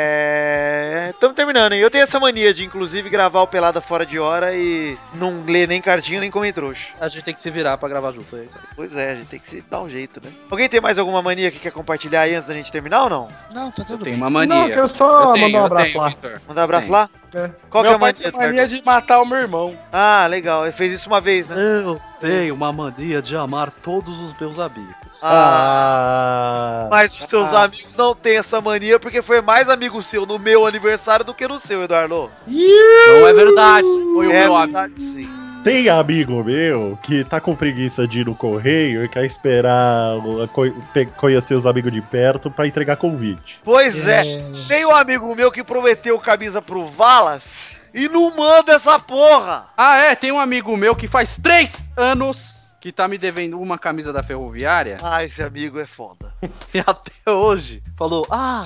S1: é. Estamos terminando, hein? Eu tenho essa mania de, inclusive, gravar o Pelada fora de hora e não ler nem cartinha nem como em trouxa.
S5: A gente tem que se virar pra gravar junto.
S1: Pois é, a gente tem que se dar um jeito, né? Alguém tem mais alguma mania que quer compartilhar aí antes da gente terminar ou não?
S3: Não, tá tudo
S5: bem. Tem uma mania. Não, eu
S7: quero só mandar um abraço lá.
S1: Mandar um abraço lá?
S6: É. Qual meu que é a mania? Tem mania de matar o meu irmão.
S1: Ah, legal. Ele fez isso uma vez, né?
S5: Eu tenho uma mania de amar todos os meus amigos.
S1: Ah, ah, mas os seus ah. amigos não têm essa mania porque foi mais amigo seu no meu aniversário do que no seu, Eduardo.
S5: Não é verdade. Foi o é meu verdade, amigo.
S4: Sim. Tem amigo meu que tá com preguiça de ir no correio e quer esperar conhecer os amigos de perto para entregar convite.
S1: Pois é. é. Tem um amigo meu que prometeu camisa pro Valas e não manda essa porra.
S5: Ah, é? Tem um amigo meu que faz três anos que tá me devendo uma camisa da ferroviária.
S1: Ah, esse amigo é foda.
S5: e até hoje falou: Ah,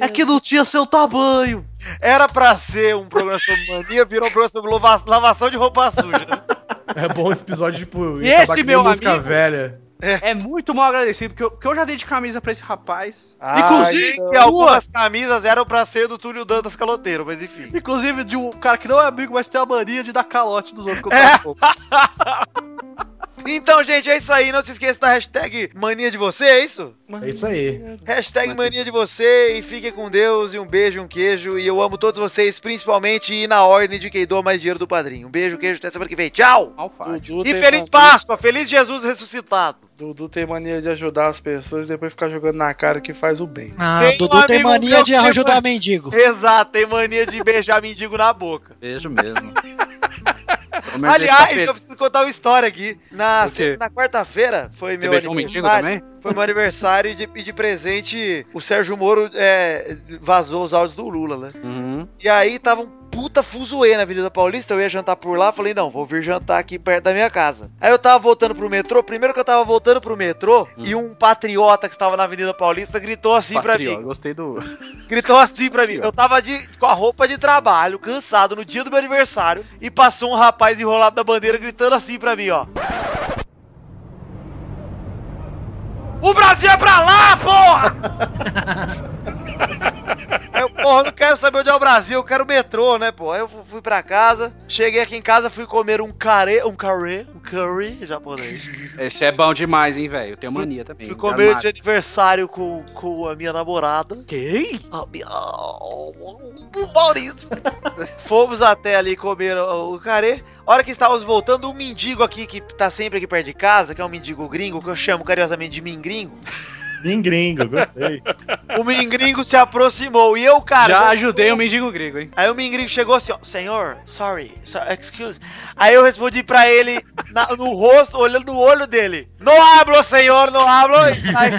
S5: é que não tinha seu tamanho.
S1: Era pra ser um programa sobre mania, virou um programa sobre lava lavação de roupa suja. né?
S7: É bom esse episódio, tipo,
S5: e esse meu amigo
S7: velha.
S5: É. é. muito mal agradecido, porque eu, porque eu, já dei de camisa pra esse rapaz.
S1: Ah, inclusive, então. que algumas camisas eram pra ser do Túlio Dantas Caloteiro, mas enfim.
S5: Inclusive, de um cara que não é amigo, mas tem a mania de dar calote dos outros que eu é.
S1: Então, gente, é isso aí. Não se esqueça da hashtag mania de você, é isso?
S7: É isso aí.
S1: Hashtag mania de você e fiquem com Deus e um beijo, um queijo. E eu amo todos vocês, principalmente e na ordem de quem doa mais dinheiro do padrinho. Um beijo, queijo, até semana que vem. Tchau!
S5: Alfádio.
S1: E feliz Páscoa, feliz Jesus ressuscitado.
S6: Dudu tem mania de ajudar as pessoas e depois ficar jogando na cara que faz o bem.
S3: Ah, tem Dudu um tem mania de ajudar tem... mendigo.
S1: Exato, tem mania de beijar mendigo na boca.
S5: Beijo mesmo. é
S1: Aliás, eu preciso contar uma história aqui. Na, na quarta-feira foi meu
S5: aniversário. Um mendigo também?
S1: Foi meu aniversário e de, de, presente o Sérgio Moro é, vazou os áudios do Lula, né?
S5: Uhum.
S1: E aí tava um puta fuzuê na Avenida Paulista, eu ia jantar por lá, falei, não, vou vir jantar aqui perto da minha casa. Aí eu tava voltando pro metrô, primeiro que eu tava voltando pro metrô, hum. e um patriota que estava na Avenida Paulista gritou assim patriota, pra mim.
S5: gostei do...
S1: Gritou assim pra mim, eu tava de, com a roupa de trabalho, cansado, no dia do meu aniversário, e passou um rapaz enrolado na bandeira gritando assim pra mim, ó. O Brasil é pra lá, porra! Aí eu, porra, não quero saber onde é o Brasil, eu quero o metrô, né, pô? Aí eu fui pra casa, cheguei aqui em casa, fui comer um carê, um carê, um curry japonês.
S5: Esse é bom demais, hein, velho? Eu tenho mania também.
S1: Fui comer de aniversário com, com a minha namorada.
S5: Quem?
S1: A minha... O Maurício. Fomos até ali comer o carê. A hora que estávamos voltando, um mendigo aqui que tá sempre aqui perto de casa, que é um mendigo gringo, que eu chamo carinhosamente de mingringo.
S4: Mingringo, gostei.
S1: o Mingringo se aproximou e eu, cara.
S5: Já ajudei eu... o Mingringo Gringo, hein?
S1: Aí o Mingringo chegou assim, ó, senhor, sorry, sorry, excuse. Aí eu respondi pra ele na, no rosto, olhando no olho dele: Não hablo, senhor, não hablo. Aí,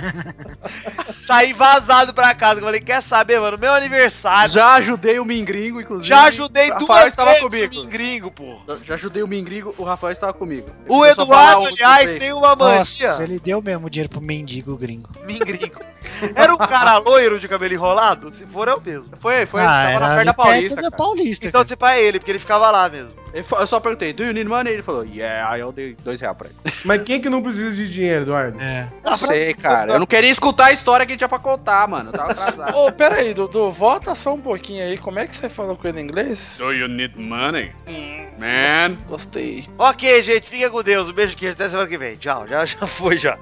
S1: saí vazado pra casa. Eu falei, quer saber, mano? Meu aniversário.
S5: Já ajudei o Mingringo, inclusive.
S1: Já ajudei
S5: O
S1: duas
S5: estava
S1: vezes
S5: comigo.
S1: o Mingringo, pô.
S5: Já ajudei o Mingringo, o Rafael estava comigo.
S1: O
S5: Ele começou a falar
S1: Eduardo,
S5: o-
S1: aliás,
S5: do
S1: tem uma mania.
S3: Nossa, ele deu mesmo dinheiro pro mendigo gringo.
S1: Mingringo. Era um cara loiro de cabelo enrolado? Se for, é o mesmo.
S5: Foi, foi,
S3: Ah,
S5: tava
S3: era
S5: na
S3: ali
S5: perna
S3: perto
S5: paulista.
S3: da
S5: cara.
S3: Paulista.
S1: Então se pá é ele, porque ele ficava lá mesmo.
S5: Ele fa- Eu só perguntei, do you need money? Ele falou, yeah, aí eu dei dois reais pra ele.
S7: Mas quem é que não precisa de dinheiro, Eduardo?
S3: É.
S5: Não sei, cara. Eu não queria escutar a história que ele tinha pra contar, mano. Eu tava atrasado.
S15: Ô, pera aí, Dudu, volta só um pouquinho aí. Como é que você falou com ele em inglês?
S13: Do you need money?
S5: Hum.
S13: Man.
S15: Gostei.
S1: Ok, gente, fica com Deus. Um beijo, queijo. Até semana que vem. Tchau, já, já foi, já.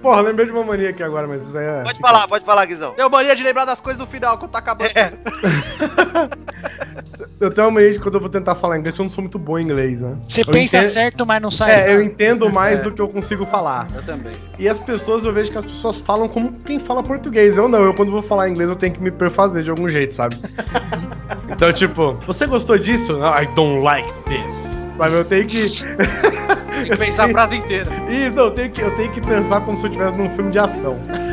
S7: Porra, lembrei de uma mania aqui agora, mas isso aí é.
S1: Pode falar, pode falar, Guizão.
S5: Deu mania de lembrar das coisas do final, quando tá
S1: É.
S5: acabando.
S7: Eu tenho uma mania de quando eu vou tentar falar inglês, eu não sou muito bom em inglês, né?
S3: Você
S7: Eu
S3: pensa
S7: entendo-
S3: certo, mas não sai.
S7: É, eu entendo mais
S3: É.
S7: do que eu consigo falar.
S5: Eu também.
S7: E as pessoas, eu vejo que as pessoas falam como quem fala português. Eu não, eu quando vou falar inglês, eu tenho que me perfazer de algum jeito, sabe? então, tipo, você gostou disso? Não, I don't like this. Sabe, eu tenho que.
S5: Tem que pensar a frase inteira.
S7: Isso, eu tenho que, eu tenho que pensar como se eu estivesse num filme de ação.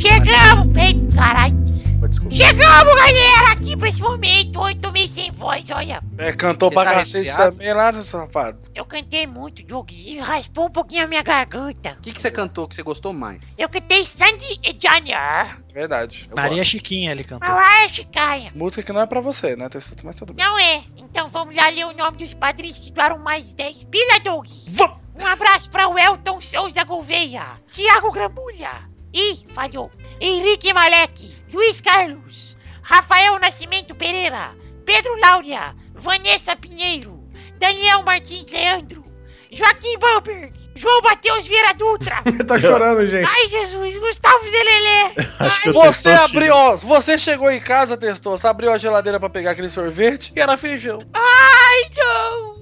S16: Chegamos, bem, caralho.
S5: desculpa.
S16: Chegamos, galera, aqui pra esse momento. Oito meses sem voz, olha.
S15: É, cantou
S16: Ele
S15: pra
S16: tá
S15: cacete
S16: arrepiado?
S15: também lá, seu safado.
S16: Eu cantei muito, Doug, e raspou um pouquinho a minha garganta.
S5: O que, que você cantou que você gostou mais?
S16: Eu cantei Sandy e Johnny.
S15: Verdade. Eu
S3: Maria
S15: gosto.
S3: Chiquinha ele cantou.
S16: Olá, é Chicaia.
S15: Música que não é pra você, né, Tessuto? Mas tudo bem.
S16: Não é? Então vamos lá ler o nome dos padrinhos que doaram mais 10 pila, Doug. Um abraço pra o Elton Souza Gouveia, Thiago Gramulha, Ih, falhou, Henrique Malek, Luiz Carlos, Rafael Nascimento Pereira, Pedro Laura, Vanessa Pinheiro, Daniel Martins Leandro, Joaquim Bamberg, João Mateus Vieira Dutra.
S7: tá chorando, gente.
S16: Ai, Jesus, Gustavo Zelelé.
S4: Acho que eu
S15: Você
S4: tenho
S15: abriu, ó, você chegou em casa, testou, você abriu a geladeira pra pegar aquele sorvete e era feijão.
S16: Ai, não!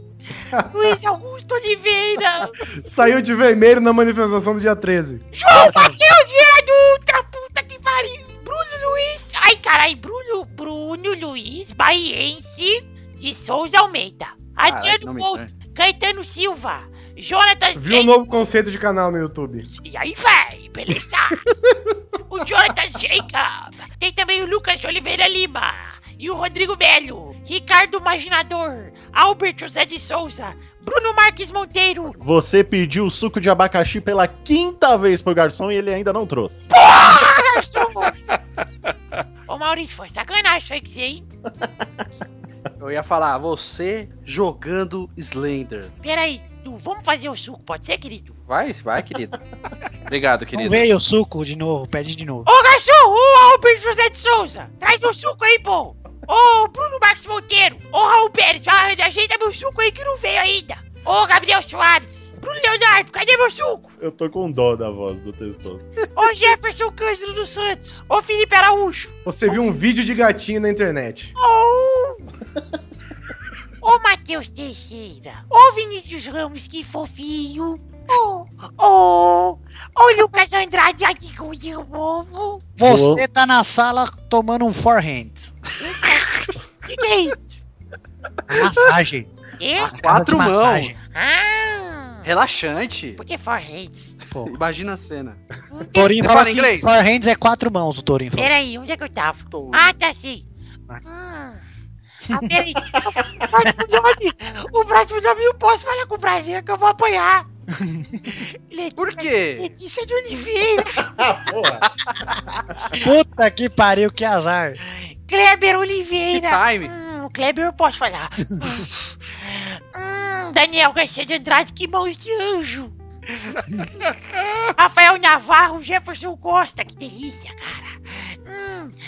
S16: Luiz Augusto Oliveira!
S7: Saiu de vermelho na manifestação do dia 13.
S5: Ah, tá,
S16: João Matheus Vieira Dutra, é puta que pariu! Bruno Luiz! Ai, carai, Bruno, Bruno Luiz, baiense de Souza Almeida.
S5: Ah,
S7: Caralho, que
S16: Adriano
S7: nome
S16: Couto, Caetano Silva, Jonathan
S7: Viu o novo conceito de canal no YouTube?
S16: E aí, vai, beleza? o Jonathan Jacob. Tem também o Lucas Oliveira Lima. E o Rodrigo Melo. Ricardo Maginador. Albert José de Souza. Bruno Marques Monteiro.
S4: Você pediu suco de abacaxi pela quinta vez pro garçom e ele ainda não trouxe.
S16: Porra, garçom! Ô Maurício, foi sacanagem isso aí que você, hein?
S5: Eu ia falar, você jogando Slender.
S16: Peraí, tu, vamos fazer o suco, pode ser, querido?
S5: Vai, vai, querido. Obrigado,
S3: Não
S5: querido.
S3: veio o suco de novo, pede de novo.
S16: Ô garçom, ô Albert José de Souza, traz meu suco aí, pô! Ô Bruno Marques Monteiro, ô Raul Pérez, a- ajeita meu suco aí que não veio ainda! Ô Gabriel Soares, Bruno Leonardo, cadê meu suco?
S4: Eu tô com dó da voz do texto.
S16: Ô Jefferson Cândido dos Santos, ô Felipe Araújo,
S7: Você viu um vídeo de gatinho na internet.
S16: ô... Ô Matheus Teixeira, ô Vinícius Ramos, que fofinho! Ô, ô, ô Lucas Andrade, ai que coisinho bobo!
S3: Você tá na sala tomando um forehand.
S16: Que que é isso?
S3: Massagem.
S16: Quê?
S5: Quatro
S3: Casa de
S5: mãos.
S3: massagem.
S16: Ah,
S5: Relaxante.
S16: por que foreheads?
S3: Pô.
S5: Imagina a cena.
S3: Torinho
S5: Você
S3: fala
S5: fala
S3: que
S5: inglês?
S3: forehands é quatro mãos, o Torinho fala.
S16: Peraí, onde é que eu tava? Ah, tá sim. Ah, ah, peraí. O próximo nome, o próximo nome eu posso falar com prazer que eu vou apanhar. Por
S5: quê?
S16: Letícia de Oliveira.
S3: É. Puta que pariu, que azar.
S16: Kleber Oliveira.
S3: Que time.
S16: Hum, Kleber eu posso falar. hum, Daniel Garcia de Andrade, que mãos de anjo. Rafael Navarro, Jefferson Costa, que delícia, cara.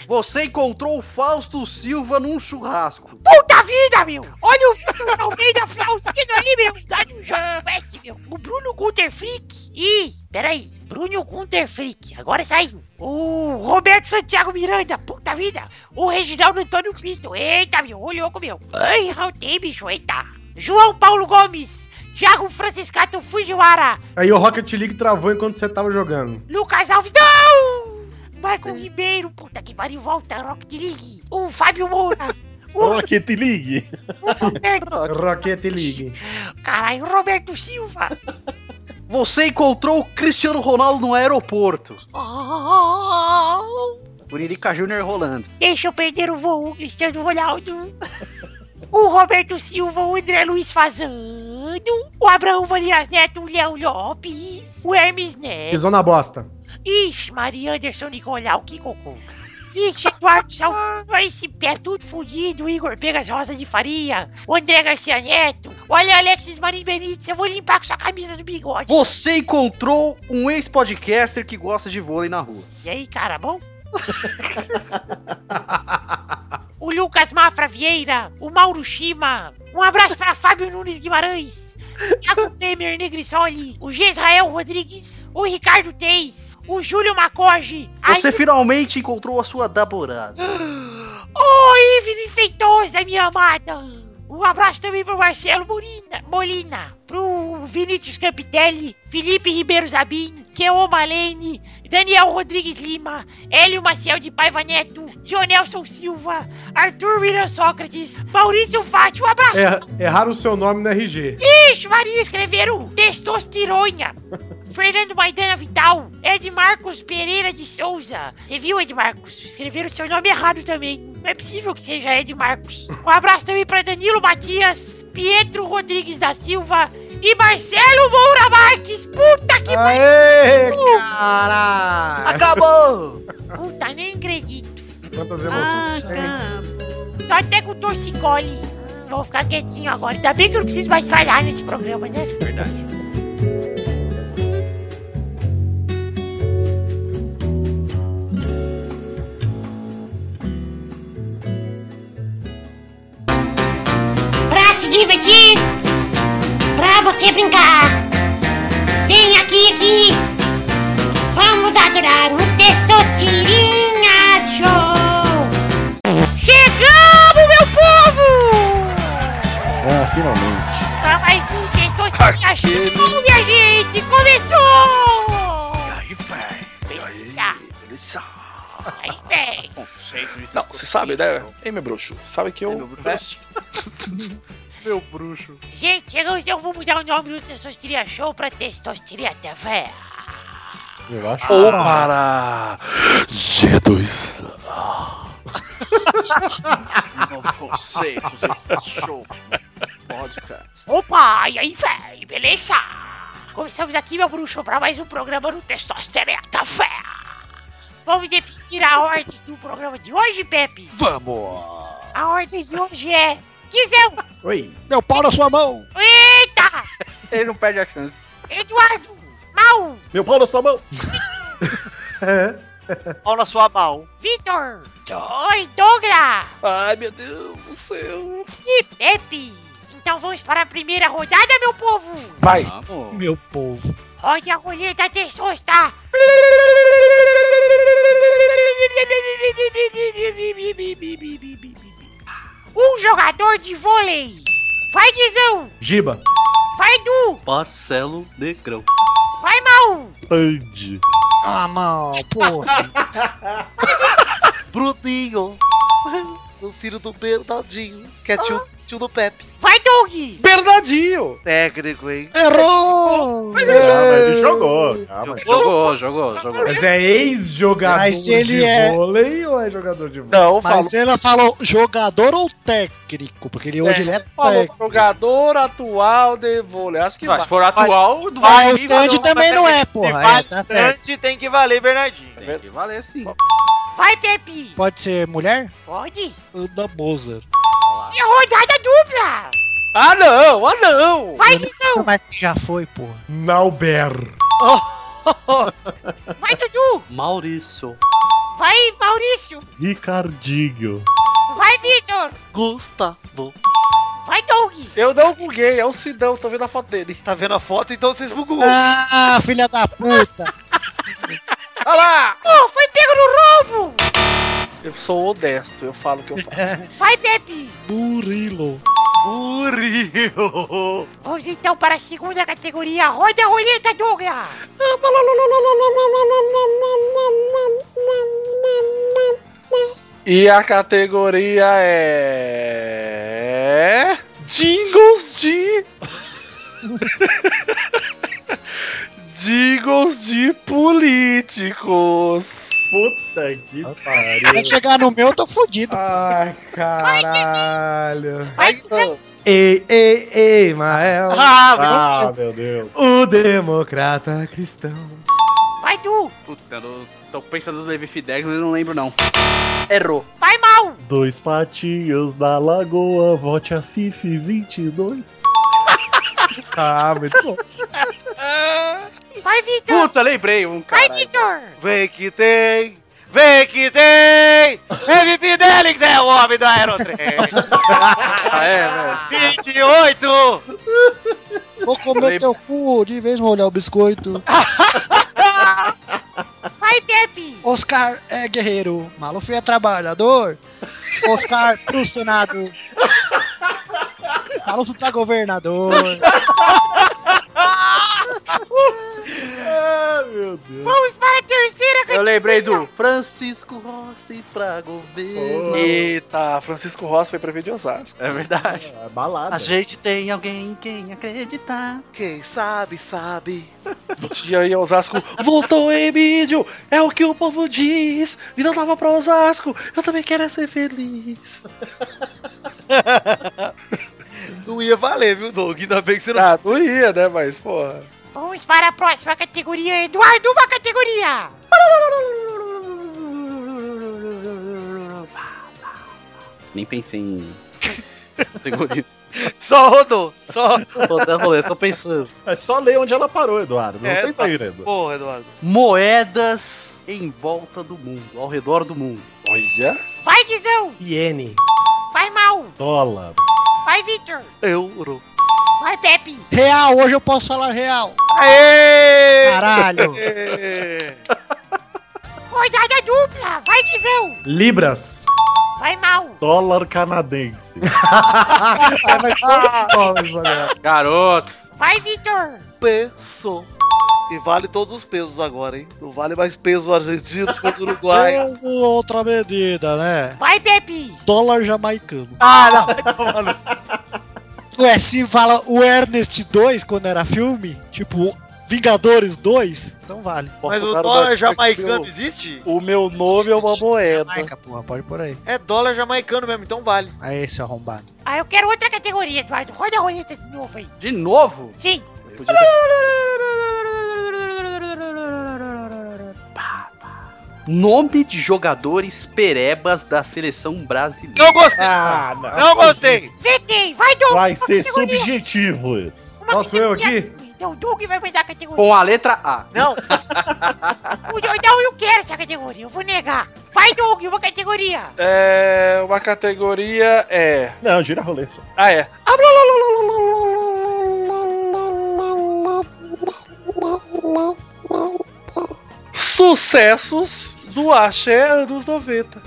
S5: Você encontrou o Fausto Silva num churrasco.
S16: Puta vida, meu! Olha o Vitor Almeida Flauzino ali, meu! Dá um Fest, meu! O Bruno Gunter Frick! Ih, peraí. Bruno Gunter Frick, agora saiu. O Roberto Santiago Miranda, puta vida. O Reginaldo Antônio Pinto, eita, meu, ô louco, meu. Ai, rautei, bicho, eita. João Paulo Gomes, Thiago Franciscato Fujiwara,
S7: Aí o Rocket League travou enquanto você tava jogando.
S16: Lucas Alves, não! Michael Ribeiro, puta que pariu, volta, Rocket League. O Fábio Moura. o
S4: Rocket League.
S16: Roberto,
S7: Rocket League.
S16: caralho, Roberto Silva.
S5: Você encontrou o Cristiano Ronaldo no aeroporto.
S1: Ah.
S16: Oh,
S5: Buririca Júnior rolando.
S16: deixa eu perder o voo, Cristiano Ronaldo. O Roberto Silva, o André Luiz Fazano, o Abraão Valias Neto, o Léo Lopes, o Hermes
S3: É.
S16: Neto.
S7: Pisou na bosta.
S16: Ixi, Maria Anderson Nicolau, que cocô. Ixi, Eduardo Salvador, esse pé tudo fudido, Igor Pegas Rosa de Faria, o André Garcia Neto, olha Alexis Marim Benítez, eu vou limpar com sua camisa do bigode.
S5: Você encontrou um ex-podcaster que gosta de vôlei na rua.
S16: E aí, cara, bom? o Lucas Mafra Vieira, o Mauro Shima, um abraço pra Fábio Nunes Guimarães, Thiago Temer Negrisoli, o Gisrael Rodrigues, o Ricardo Teis, o Júlio Macoge, a
S5: Você finalmente encontrou a sua namorada.
S16: Ô, Ivne Feitosa, é minha amada! Um abraço também pro Marcelo Molina, Molina pro Vinícius Campitelli, Felipe Ribeiro Zabin, Keo Malene, Daniel Rodrigues Lima, Hélio Maciel de Paiva Neto, Jonelson Silva, Arthur William Sócrates, Maurício Fátio, um abraço!
S7: É, erraram o seu nome no RG.
S16: Ixi, Maria, escreveram testosteronha. Fernando Maidana Vital, Ed Marcos Pereira de Souza. Você viu, Ed Marcos? Escreveram seu nome errado também. Não é possível que seja Ed Marcos. Um abraço também para Danilo Matias, Pietro Rodrigues da Silva e Marcelo Moura Marques. Puta que
S7: Aê, caralho!
S5: Acabou!
S16: Puta, nem acredito.
S7: Quantas emoções.
S16: Tô até com torcicole. Hum, Vou ficar quietinho agora. Ainda bem que eu não preciso mais falhar nesse programa, né? Verdade.
S17: Pra se divertir, pra você brincar. Vem aqui, aqui. Vamos adorar o Testosterinha Show.
S16: Chegamos, meu povo!
S4: Ah, finalmente.
S16: Pra mais um Testosterinha Show, minha gente! Começou!
S6: Aí, velho.
S16: Tá,
S6: Beleza.
S16: aí vem.
S6: Não, você sabe, né? Ei, meu bruxo. Sabe que eu.
S15: Meu bruxo.
S16: Gente, chegamos, então vou mudar o nome do Testosterinha Show pra Testosterinha TV.
S4: Eu acho.
S6: Ou para. G2.
S5: Novo conceito de show. Podcast.
S16: Opa, e aí, véi, beleza? Começamos aqui, meu bruxo, pra mais um programa do Testosterinha TV. Vamos definir a ordem do programa de hoje, Pepe?
S3: Vamos!
S16: A ordem de hoje é... Quiseu!
S3: Ah.
S7: Oi.
S3: Meu pau na sua mão!
S16: Eita!
S5: Ele não perde a chance.
S16: Eduardo! Mal!
S4: Meu pau na sua mão!
S10: Pau na sua mão.
S16: Vitor! Oi, Douglas!
S6: Ai, meu Deus do céu.
S16: E Pepe! Então vamos para a primeira rodada, meu povo!
S3: Vai!
S5: Vamos.
S3: Meu povo!
S16: Rode a roleta tá? testosta! Um jogador de vôlei! Vai, Guizão!
S7: Giba.
S16: Vai, Du!
S5: Marcelo Negrão.
S16: Vai, Mal!
S4: Pande.
S3: Ah, mal, porra!
S10: Bruninho. O filho do Bernardinho. Que é
S5: Ah.
S10: tio, tio do Pepe.
S16: Vai, Doug!
S6: Bernardinho.
S10: Técnico, hein?
S3: Errou!
S4: Ah, mas
S7: É.
S4: ele jogou. Calma.
S5: Jogou, jogou, jogou.
S7: Mas é ex-jogador
S3: Mas se ele
S7: de
S3: é-
S7: vôlei ou é jogador de vôlei?
S6: Não, falou.
S3: Mas ela falou jogador ou técnico? Porque ele hoje ele é
S15: Falou
S3: técnico.
S15: jogador atual de vôlei. Acho que
S5: Mas
S15: vai.
S5: se for atual, não
S3: Ah, o
S10: Vai,
S3: Tandy
S10: vai,
S3: também
S10: vai,
S3: não
S10: vai.
S3: é,
S10: Se
S3: porra. É,
S10: vale
S3: tá certo.
S10: grande, tem que valer, Bernardinho.
S5: tem que valer sim.
S16: Vai, Pepe!
S3: Pode ser mulher?
S16: Pode!
S3: Anda Mozart.
S16: Se rodada dupla!
S15: Ah, não! Ah, não!
S16: Vai, Guizão!
S3: Mas já foi, porra.
S7: Nauber.
S16: Vai, Dudu!
S5: Maurício.
S16: Vai, Maurício!
S4: Ricardinho.
S16: Vai, Vitor!
S10: Gustavo.
S16: Vai, Doug!
S15: Eu não buguei, é o Sidão, tô vendo a foto dele.
S10: Tá vendo a foto? Então vocês bugam.
S3: Ah, filha da puta!
S6: Olha lá!
S16: Oh, foi pego no roubo!
S6: Eu sou honesto, eu falo o que eu faço.
S16: Vai, Pepe!
S3: Burilo.
S6: Burilo!
S16: Vamos então para a segunda categoria. Roda a roleta, Douglas!
S6: E a categoria é. Jingles de. Jingles de políticos.
S4: Puta que pariu.
S3: Se chegar no meu, eu tô fudido.
S7: Ai, caralho. Ei, ei, ei, Mael.
S4: Ah, meu Deus.
S7: O democrata cristão.
S16: Vai, Du!
S5: Puta, eu tô pensando nos Levi Fidelis, mas eu não lembro não. Errou.
S16: Vai, Mal!
S4: Dois patinhos da lagoa, vote a Fifi 22.
S7: Ah, muito bom.
S16: Vai, Vitor!
S5: Puta, lembrei um
S16: Vai,
S5: cara.
S16: Vitor!
S1: Vem que tem! Vem que tem! MVP Delix é o homem do Aerotrem!
S5: Ah, é,
S1: 28!
S3: Vou comer teu cu de vez, molhar o biscoito.
S16: Vai, Pepe!
S3: Oscar é guerreiro, Maluf é trabalhador. Oscar pro Senado. Maluf pra governador.
S4: Ah, meu Deus.
S16: Vamos para a terceira
S5: velho. Eu
S16: categoria!
S5: lembrei do Francisco Rossi pra governo.
S6: Eita, Francisco Rossi foi prefeito de Osasco.
S5: É verdade.
S4: É balada.
S5: A gente tem alguém em quem acreditar.
S1: Quem sabe, sabe.
S6: E aí, Osasco, voltou Emílio! É o que o povo diz! Vida nova pra Osasco! Eu também quero é ser feliz!
S1: Não ia valer, viu, Doug? Ainda bem que você não.
S6: Ah, não ia, né? Mas, porra.
S16: Vamos para a próxima categoria, Eduardo, uma categoria!
S5: Nem pensei em. Categoria.
S1: Só rodou. Só.
S5: Tô dando rolê, tô pensando.
S4: É só ler onde ela parou, Eduardo. Não
S1: É,
S4: tem
S1: tá.
S4: segredo.
S1: Porra, Eduardo.
S5: Moedas em volta do mundo, ao redor do mundo.
S6: Olha!
S16: Vai, Guizão!
S7: Iene.
S16: Vai, Mal!
S4: Dólar.
S16: Vai, Vitor!
S1: Euro.
S16: Vai, Pepe!
S3: Real, hoje eu posso falar real.
S1: Aê!
S3: Caralho.
S16: Rodada dupla! Vai, Guizão!
S7: Libras.
S16: Vai, Mal!
S4: Dólar canadense.
S7: Ah, mas todos os nomes agora.
S5: Garoto!
S16: Vai, Vitor!
S1: Peso. E vale todos os pesos agora, hein? Não vale mais peso argentino, peso uruguai.
S3: Peso, outra medida, né?
S16: Vai, Pepe!
S3: Dólar jamaicano.
S1: Ah, não, vai tomar no
S3: Ué, se fala o Ernest 2 quando era filme, tipo Vingadores 2, então vale.
S1: Mas
S6: Nossa,
S1: o
S6: cara,
S1: dólar
S6: Eduardo,
S1: jamaicano
S6: meu-
S1: existe?
S6: O meu nome é uma moeda.
S3: Jamaica, porra, pode por aí.
S1: É dólar jamaicano mesmo, então vale.
S3: Aí, seu arrombado.
S16: Ah, eu quero outra categoria, Eduardo. Roda a roleta de novo aí.
S5: De novo?
S16: Sim.
S5: Eu podia ter- Nome de jogadores perebas da seleção brasileira.
S1: Não gostei!
S4: Ah, não.
S1: Não gostei!
S16: VT, vai, Doug!
S4: Vai
S16: uma
S4: ser
S16: categoria.
S4: subjetivo isso.
S16: Uma
S7: Posso eu
S16: categoria.
S7: aqui?
S16: Então, o Doug vai mandar a categoria.
S5: Com a letra A.
S1: Não,
S16: O Doug- Não, eu quero essa categoria, eu vou negar. Vai, Doug, uma categoria.
S6: É. Uma categoria é.
S4: Não, gira a roleta.
S6: Ah, é. Sucessos do Axé anos 90.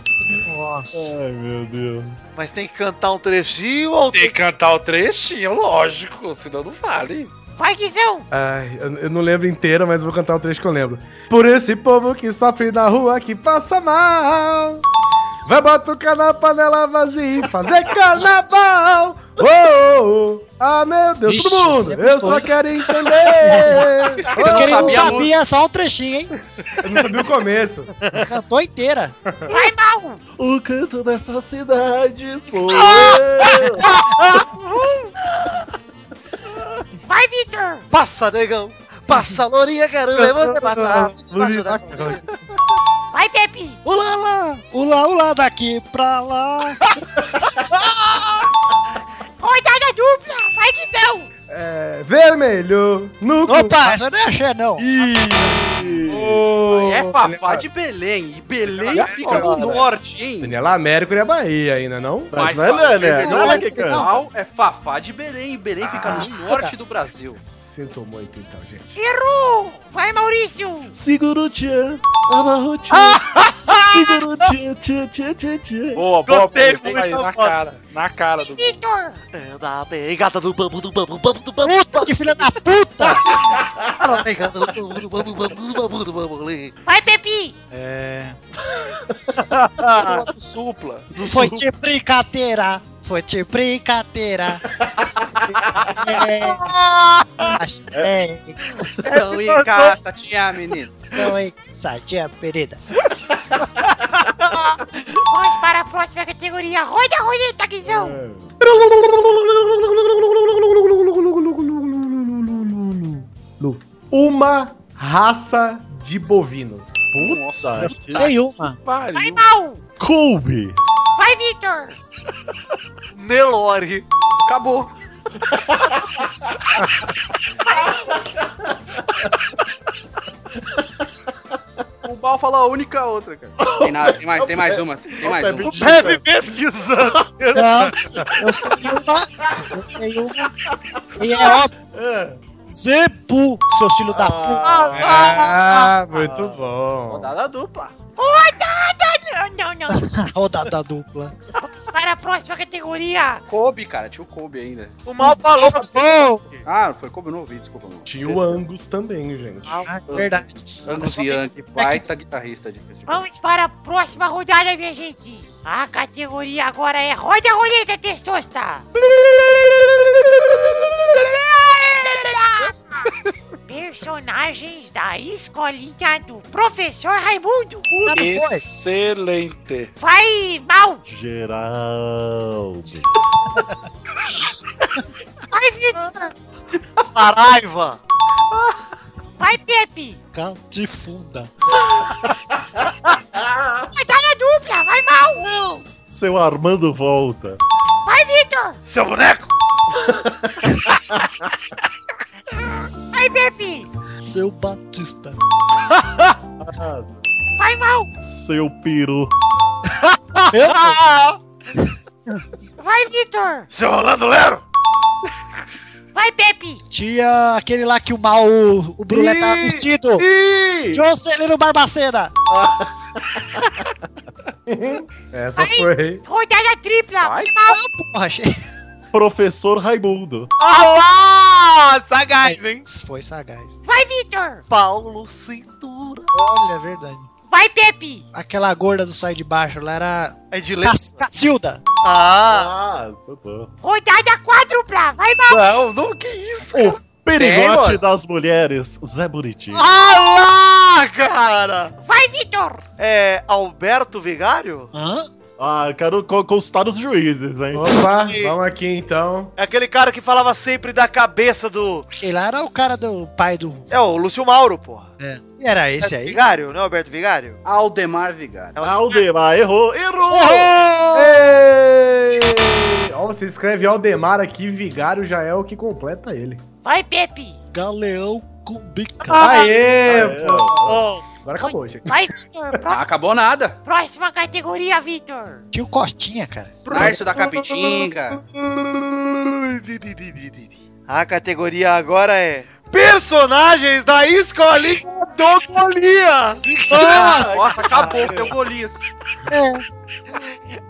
S3: Nossa.
S4: Ai, meu Deus.
S1: mas tem que cantar um trechinho ou
S6: Tem
S1: tem
S6: que cantar o trechinho, lógico, senão não vale.
S16: Vai, Guizão.
S7: Ai, eu, eu não lembro inteiro, mas vou cantar o trecho que eu lembro. Por esse povo que sofre na rua, que passa mal. Vai batucar na panela vazia e fazer carnaval. Oh, oh, oh. Ah, meu Deus,
S3: Vixe,
S7: todo
S3: você
S7: mundo, eu
S3: buscou,
S7: só
S3: hein?
S7: quero entender.
S3: Eles
S7: Oh,
S3: que ele não
S5: sabia a
S3: sabia, só um trechinho, hein?
S7: eu não sabia o começo.
S3: Cantou inteira.
S16: Vai, Mal.
S4: O canto dessa cidade sou
S16: Vai, Vitor.
S1: passa, negão. Passa, lourinha, caramba. Eu vou te matar. tá,
S16: Vai, Pepe.
S3: Ulá, lá. Ulá, ulá, daqui pra lá.
S16: Rodada dupla. Vai, Guizão.
S7: É, vermelho, no cu.
S3: Opa, essa eu não é axé, não.
S7: Oh,
S5: É Fafá de Belém. E Belém fica no norte, hein?
S7: Daniela Américo e a Bahia ainda, não?
S4: Mas não é, né? Não é que canta.
S5: Não, é Fafá de Belém. E Belém fica no norte do Brasil.
S7: Sinto muito então, gente.
S16: Errou. Vai, Maurício.
S4: Seguro-te. Amarrote. Seguro tchê, tchê, tchê, tchê, tchê.
S6: Boa, boa, Gostei, boa, aí, na cara. Na cara do.
S16: Vitor!
S10: Anda bem, gata do bambu, do bambu, bambu, do bambu.
S3: Puta, que filha da puta!
S10: Anda bem, gata do bambu, do bambu, bambu, do bambu, do bambu, ali.
S16: Vai, Pepi!
S3: É.
S6: do supla. Do
S3: Foi te brincadeira. Foi te brincadeira. É.
S5: Não encaça, tinha menino.
S3: Não encaça, tinha então, perida.
S16: Vamos para a próxima categoria. Roda a roleta, Guizão.
S7: Uma raça de bovino.
S3: Puta, sei uma.
S16: Vai, mal.
S4: Kobe.
S16: Vai, Victor.
S10: Nelore.
S5: Acabou.
S2: O Bal fala a única outra, cara.
S5: Tem nada, tem mais, tem mais uma. Tem mais uma.
S10: Deve pesquisando.
S3: Não, eu sei uma. Eu sei uma. E é óbvio. Zebu, seu filho da puta.
S7: Ah, muito bom.
S5: Rodada dupla.
S16: Rodada! Não, não, não.
S3: Rodada dupla.
S16: Para a próxima categoria.
S5: Kobe, cara. Tinha o Kobe ainda.
S10: O mal falou.
S5: Ah, não foi Kobe, eu não ouvi, desculpa. Não.
S7: Tinha um o Angus também, gente.
S3: Ah, verdade.
S5: Angus Young, baita guitarrista de festival.
S16: Vamos para a próxima rodada, minha gente. A categoria agora é Roda a Roleta Testosta. Personagens da escolinha do Professor Raimundo.
S3: Ah,
S6: Excelente.
S16: Vai, mal.
S4: Geraldo.
S16: Vai, Vitor.
S10: Saraiva.
S16: Vai, Pepe.
S3: Cantifunda.
S16: Vai, tá na dupla. Vai, mal.
S4: Seu Armando volta.
S16: Vai, Vitor.
S10: Seu boneco.
S16: Vai, Pepe.
S3: Seu Batista.
S16: Vai, mal.
S4: Seu peru.
S16: Vai, Vitor.
S10: Seu Rolando Lero.
S16: Vai, Pepe.
S3: Tinha aquele lá que o mal, o, o Brulé tava vestido. Jocelino Barbacena.
S7: Essa foi.
S16: Rodada tripla.
S5: Vai.
S16: Mal.
S3: Ah, Porra, achei.
S4: Professor Raimundo.
S10: Ah, sagaz, hein?
S3: Foi sagaz.
S16: Vai, Vitor.
S10: Paulo Cintura.
S3: Olha, é verdade.
S16: Vai, Pepe.
S3: Aquela gorda do sai de baixo, ela era.
S10: É de leite.
S3: Cas- Cacilda.
S10: Ah,
S4: Ah, socorro.
S16: Rodada quádrupla. Vai,
S6: Não,
S16: mal.
S6: não, que isso?
S4: O perigote
S5: mano.
S4: das mulheres, Zé Bonitinho.
S10: ah lá, cara.
S16: Vai, Vitor.
S10: É Alberto Vigário?
S3: Hã?
S4: Ah, quero co- consultar os juízes, hein?
S7: Opa, vamos aqui então.
S10: É aquele cara que falava sempre da cabeça do...
S3: Ele lá era o cara do pai do.
S10: É o Lúcio Mauro, porra.
S3: É. E era esse
S10: É
S3: aí.
S10: Vigário, não é Alberto Vigário?
S5: Aldemar Vigário.
S4: Ah, Aldemar, errou, errou!
S7: Ei! Ó, você escreve Aldemar aqui, Vigário já é o que completa ele.
S16: Vai, Pepe.
S3: Galeão Cumbica.
S7: Aê,
S4: Aê,
S7: pô.
S10: Oh,
S7: Agora acabou, gente.
S16: Vai, Vitor.
S5: Ah,
S16: Pró-
S5: acabou nada.
S16: Próxima categoria, Vitor.
S3: Ah, Tinha o Costinha, cara.
S5: Narcio da Capitinga.
S10: A categoria agora é Personagens da Escolinha do Golia!
S5: Nossa, acabou, seu Golias.
S4: É,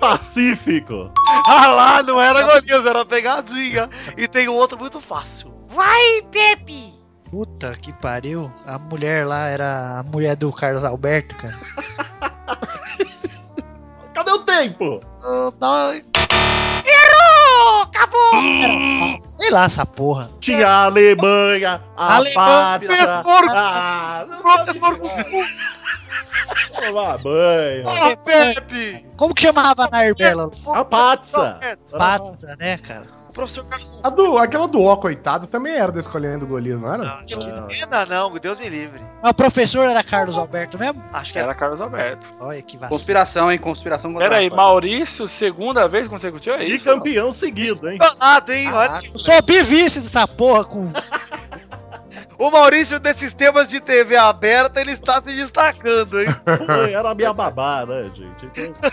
S4: Pacífico!
S10: Ah lá, não era Golias, era pegadinha. E tem um outro muito fácil.
S16: Vai, Pepe.
S3: Puta que pariu. A mulher lá era a mulher do Carlos Alberto, cara.
S4: Cadê o tempo?
S16: Errou! Oh, Acabou!
S3: Sei lá essa porra.
S4: Tinha a Alemanha, a
S3: Alemanha,
S4: Pátria,
S10: professor-
S4: a...
S10: professor-
S4: Tomar banho.
S10: Ah, Pepe!
S3: Como que chamava na Herbela?
S4: A Patsa.
S3: Pata, né, cara?
S10: Professor Carlos
S7: A do, aquela do ó, coitado, também era da escolhendo do Golias, não era?
S1: Ah.
S4: Não.
S10: Pena, não, Deus me livre.
S3: Ah, o professor era Carlos Alberto mesmo?
S10: Acho
S1: é
S10: que era.
S6: Era Carlos Alberto.
S3: Olha que vacina.
S5: Conspiração, hein? Conspiração contra
S6: Pera aí,
S5: a-
S6: Maurício, segunda vez consecutiva? É
S4: E
S6: isso?
S4: campeão seguido, hein?
S10: Campeonato, hein? Olha.
S3: Eu sou bivice dessa porra com.
S10: O Maurício, desses temas de TV aberta, ele está se destacando, hein?
S4: Foi, era a minha babá, né, gente? Então,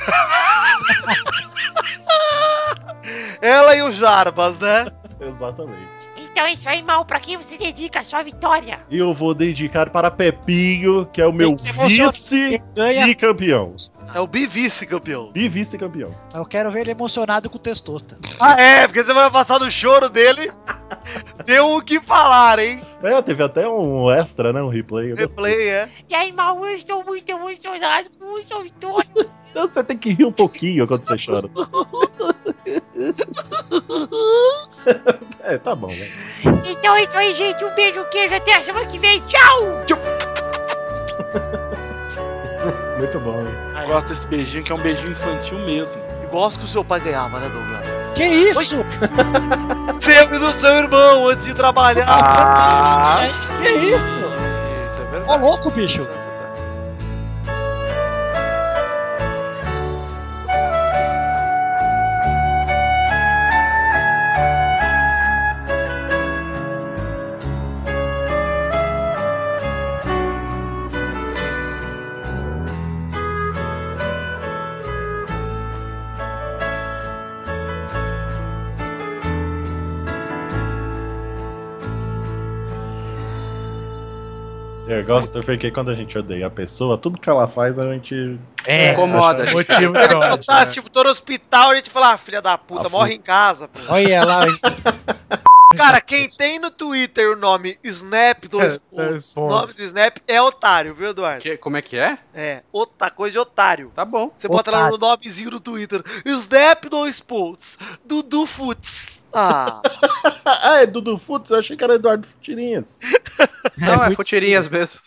S10: Ela e o Jarbas, né?
S1: né?
S4: exatamente.
S16: Então é isso aí, mal. Pra quem você dedica a sua vitória?
S4: E eu vou dedicar para Pepinho, que é o meu vice e campeão.
S1: É o bivice-campeão.
S4: Bivice-campeão.
S3: Eu quero ver ele emocionado com o testosta.
S1: Ah, é, porque semana passada o choro dele deu o que falar, hein?
S4: É, teve até um extra, né? Um replay.
S1: Replay, é.
S16: E aí, mal, eu estou muito emocionado com o sua vitória.
S4: Então você tem que rir um pouquinho quando você chora. é, tá bom, né?
S16: Então é isso aí, gente. Um beijo, queijo. Até a semana que vem. Tchau! Tchau!
S7: Muito bom, hein?
S6: Eu gosto desse beijinho, que é um beijinho infantil mesmo.
S1: E gosto que o seu pai ganhava, né, Douglas?
S3: Que isso?
S1: Sempre do seu irmão antes de trabalhar. Ah,
S3: que isso? Ô, é louco, bicho.
S4: Eu gosto porque quando a gente odeia a pessoa, tudo que ela faz a gente.
S1: É, incomoda.
S4: Acha... Motivo pra
S1: ódio, gostasse, né? tipo, tô no hospital a gente fala, ah, filha da puta, a morre f... em casa. Pô.
S3: Olha lá.
S1: Cara, quem tem no Twitter o nome Snap, dois pontos, é, é, nome do Snap é otário, viu, Eduardo?
S5: Que, como é que é?
S1: É, outra coisa de otário.
S5: Tá bom.
S1: Você bota lá no nomezinho do Twitter, Snap, dois pontos, Dudu Futs.
S4: Ah. ah, é Dudu Futs, eu achei que era Eduardo Futirinhas.
S3: Então
S5: Não, é, é Futirinhas mesmo.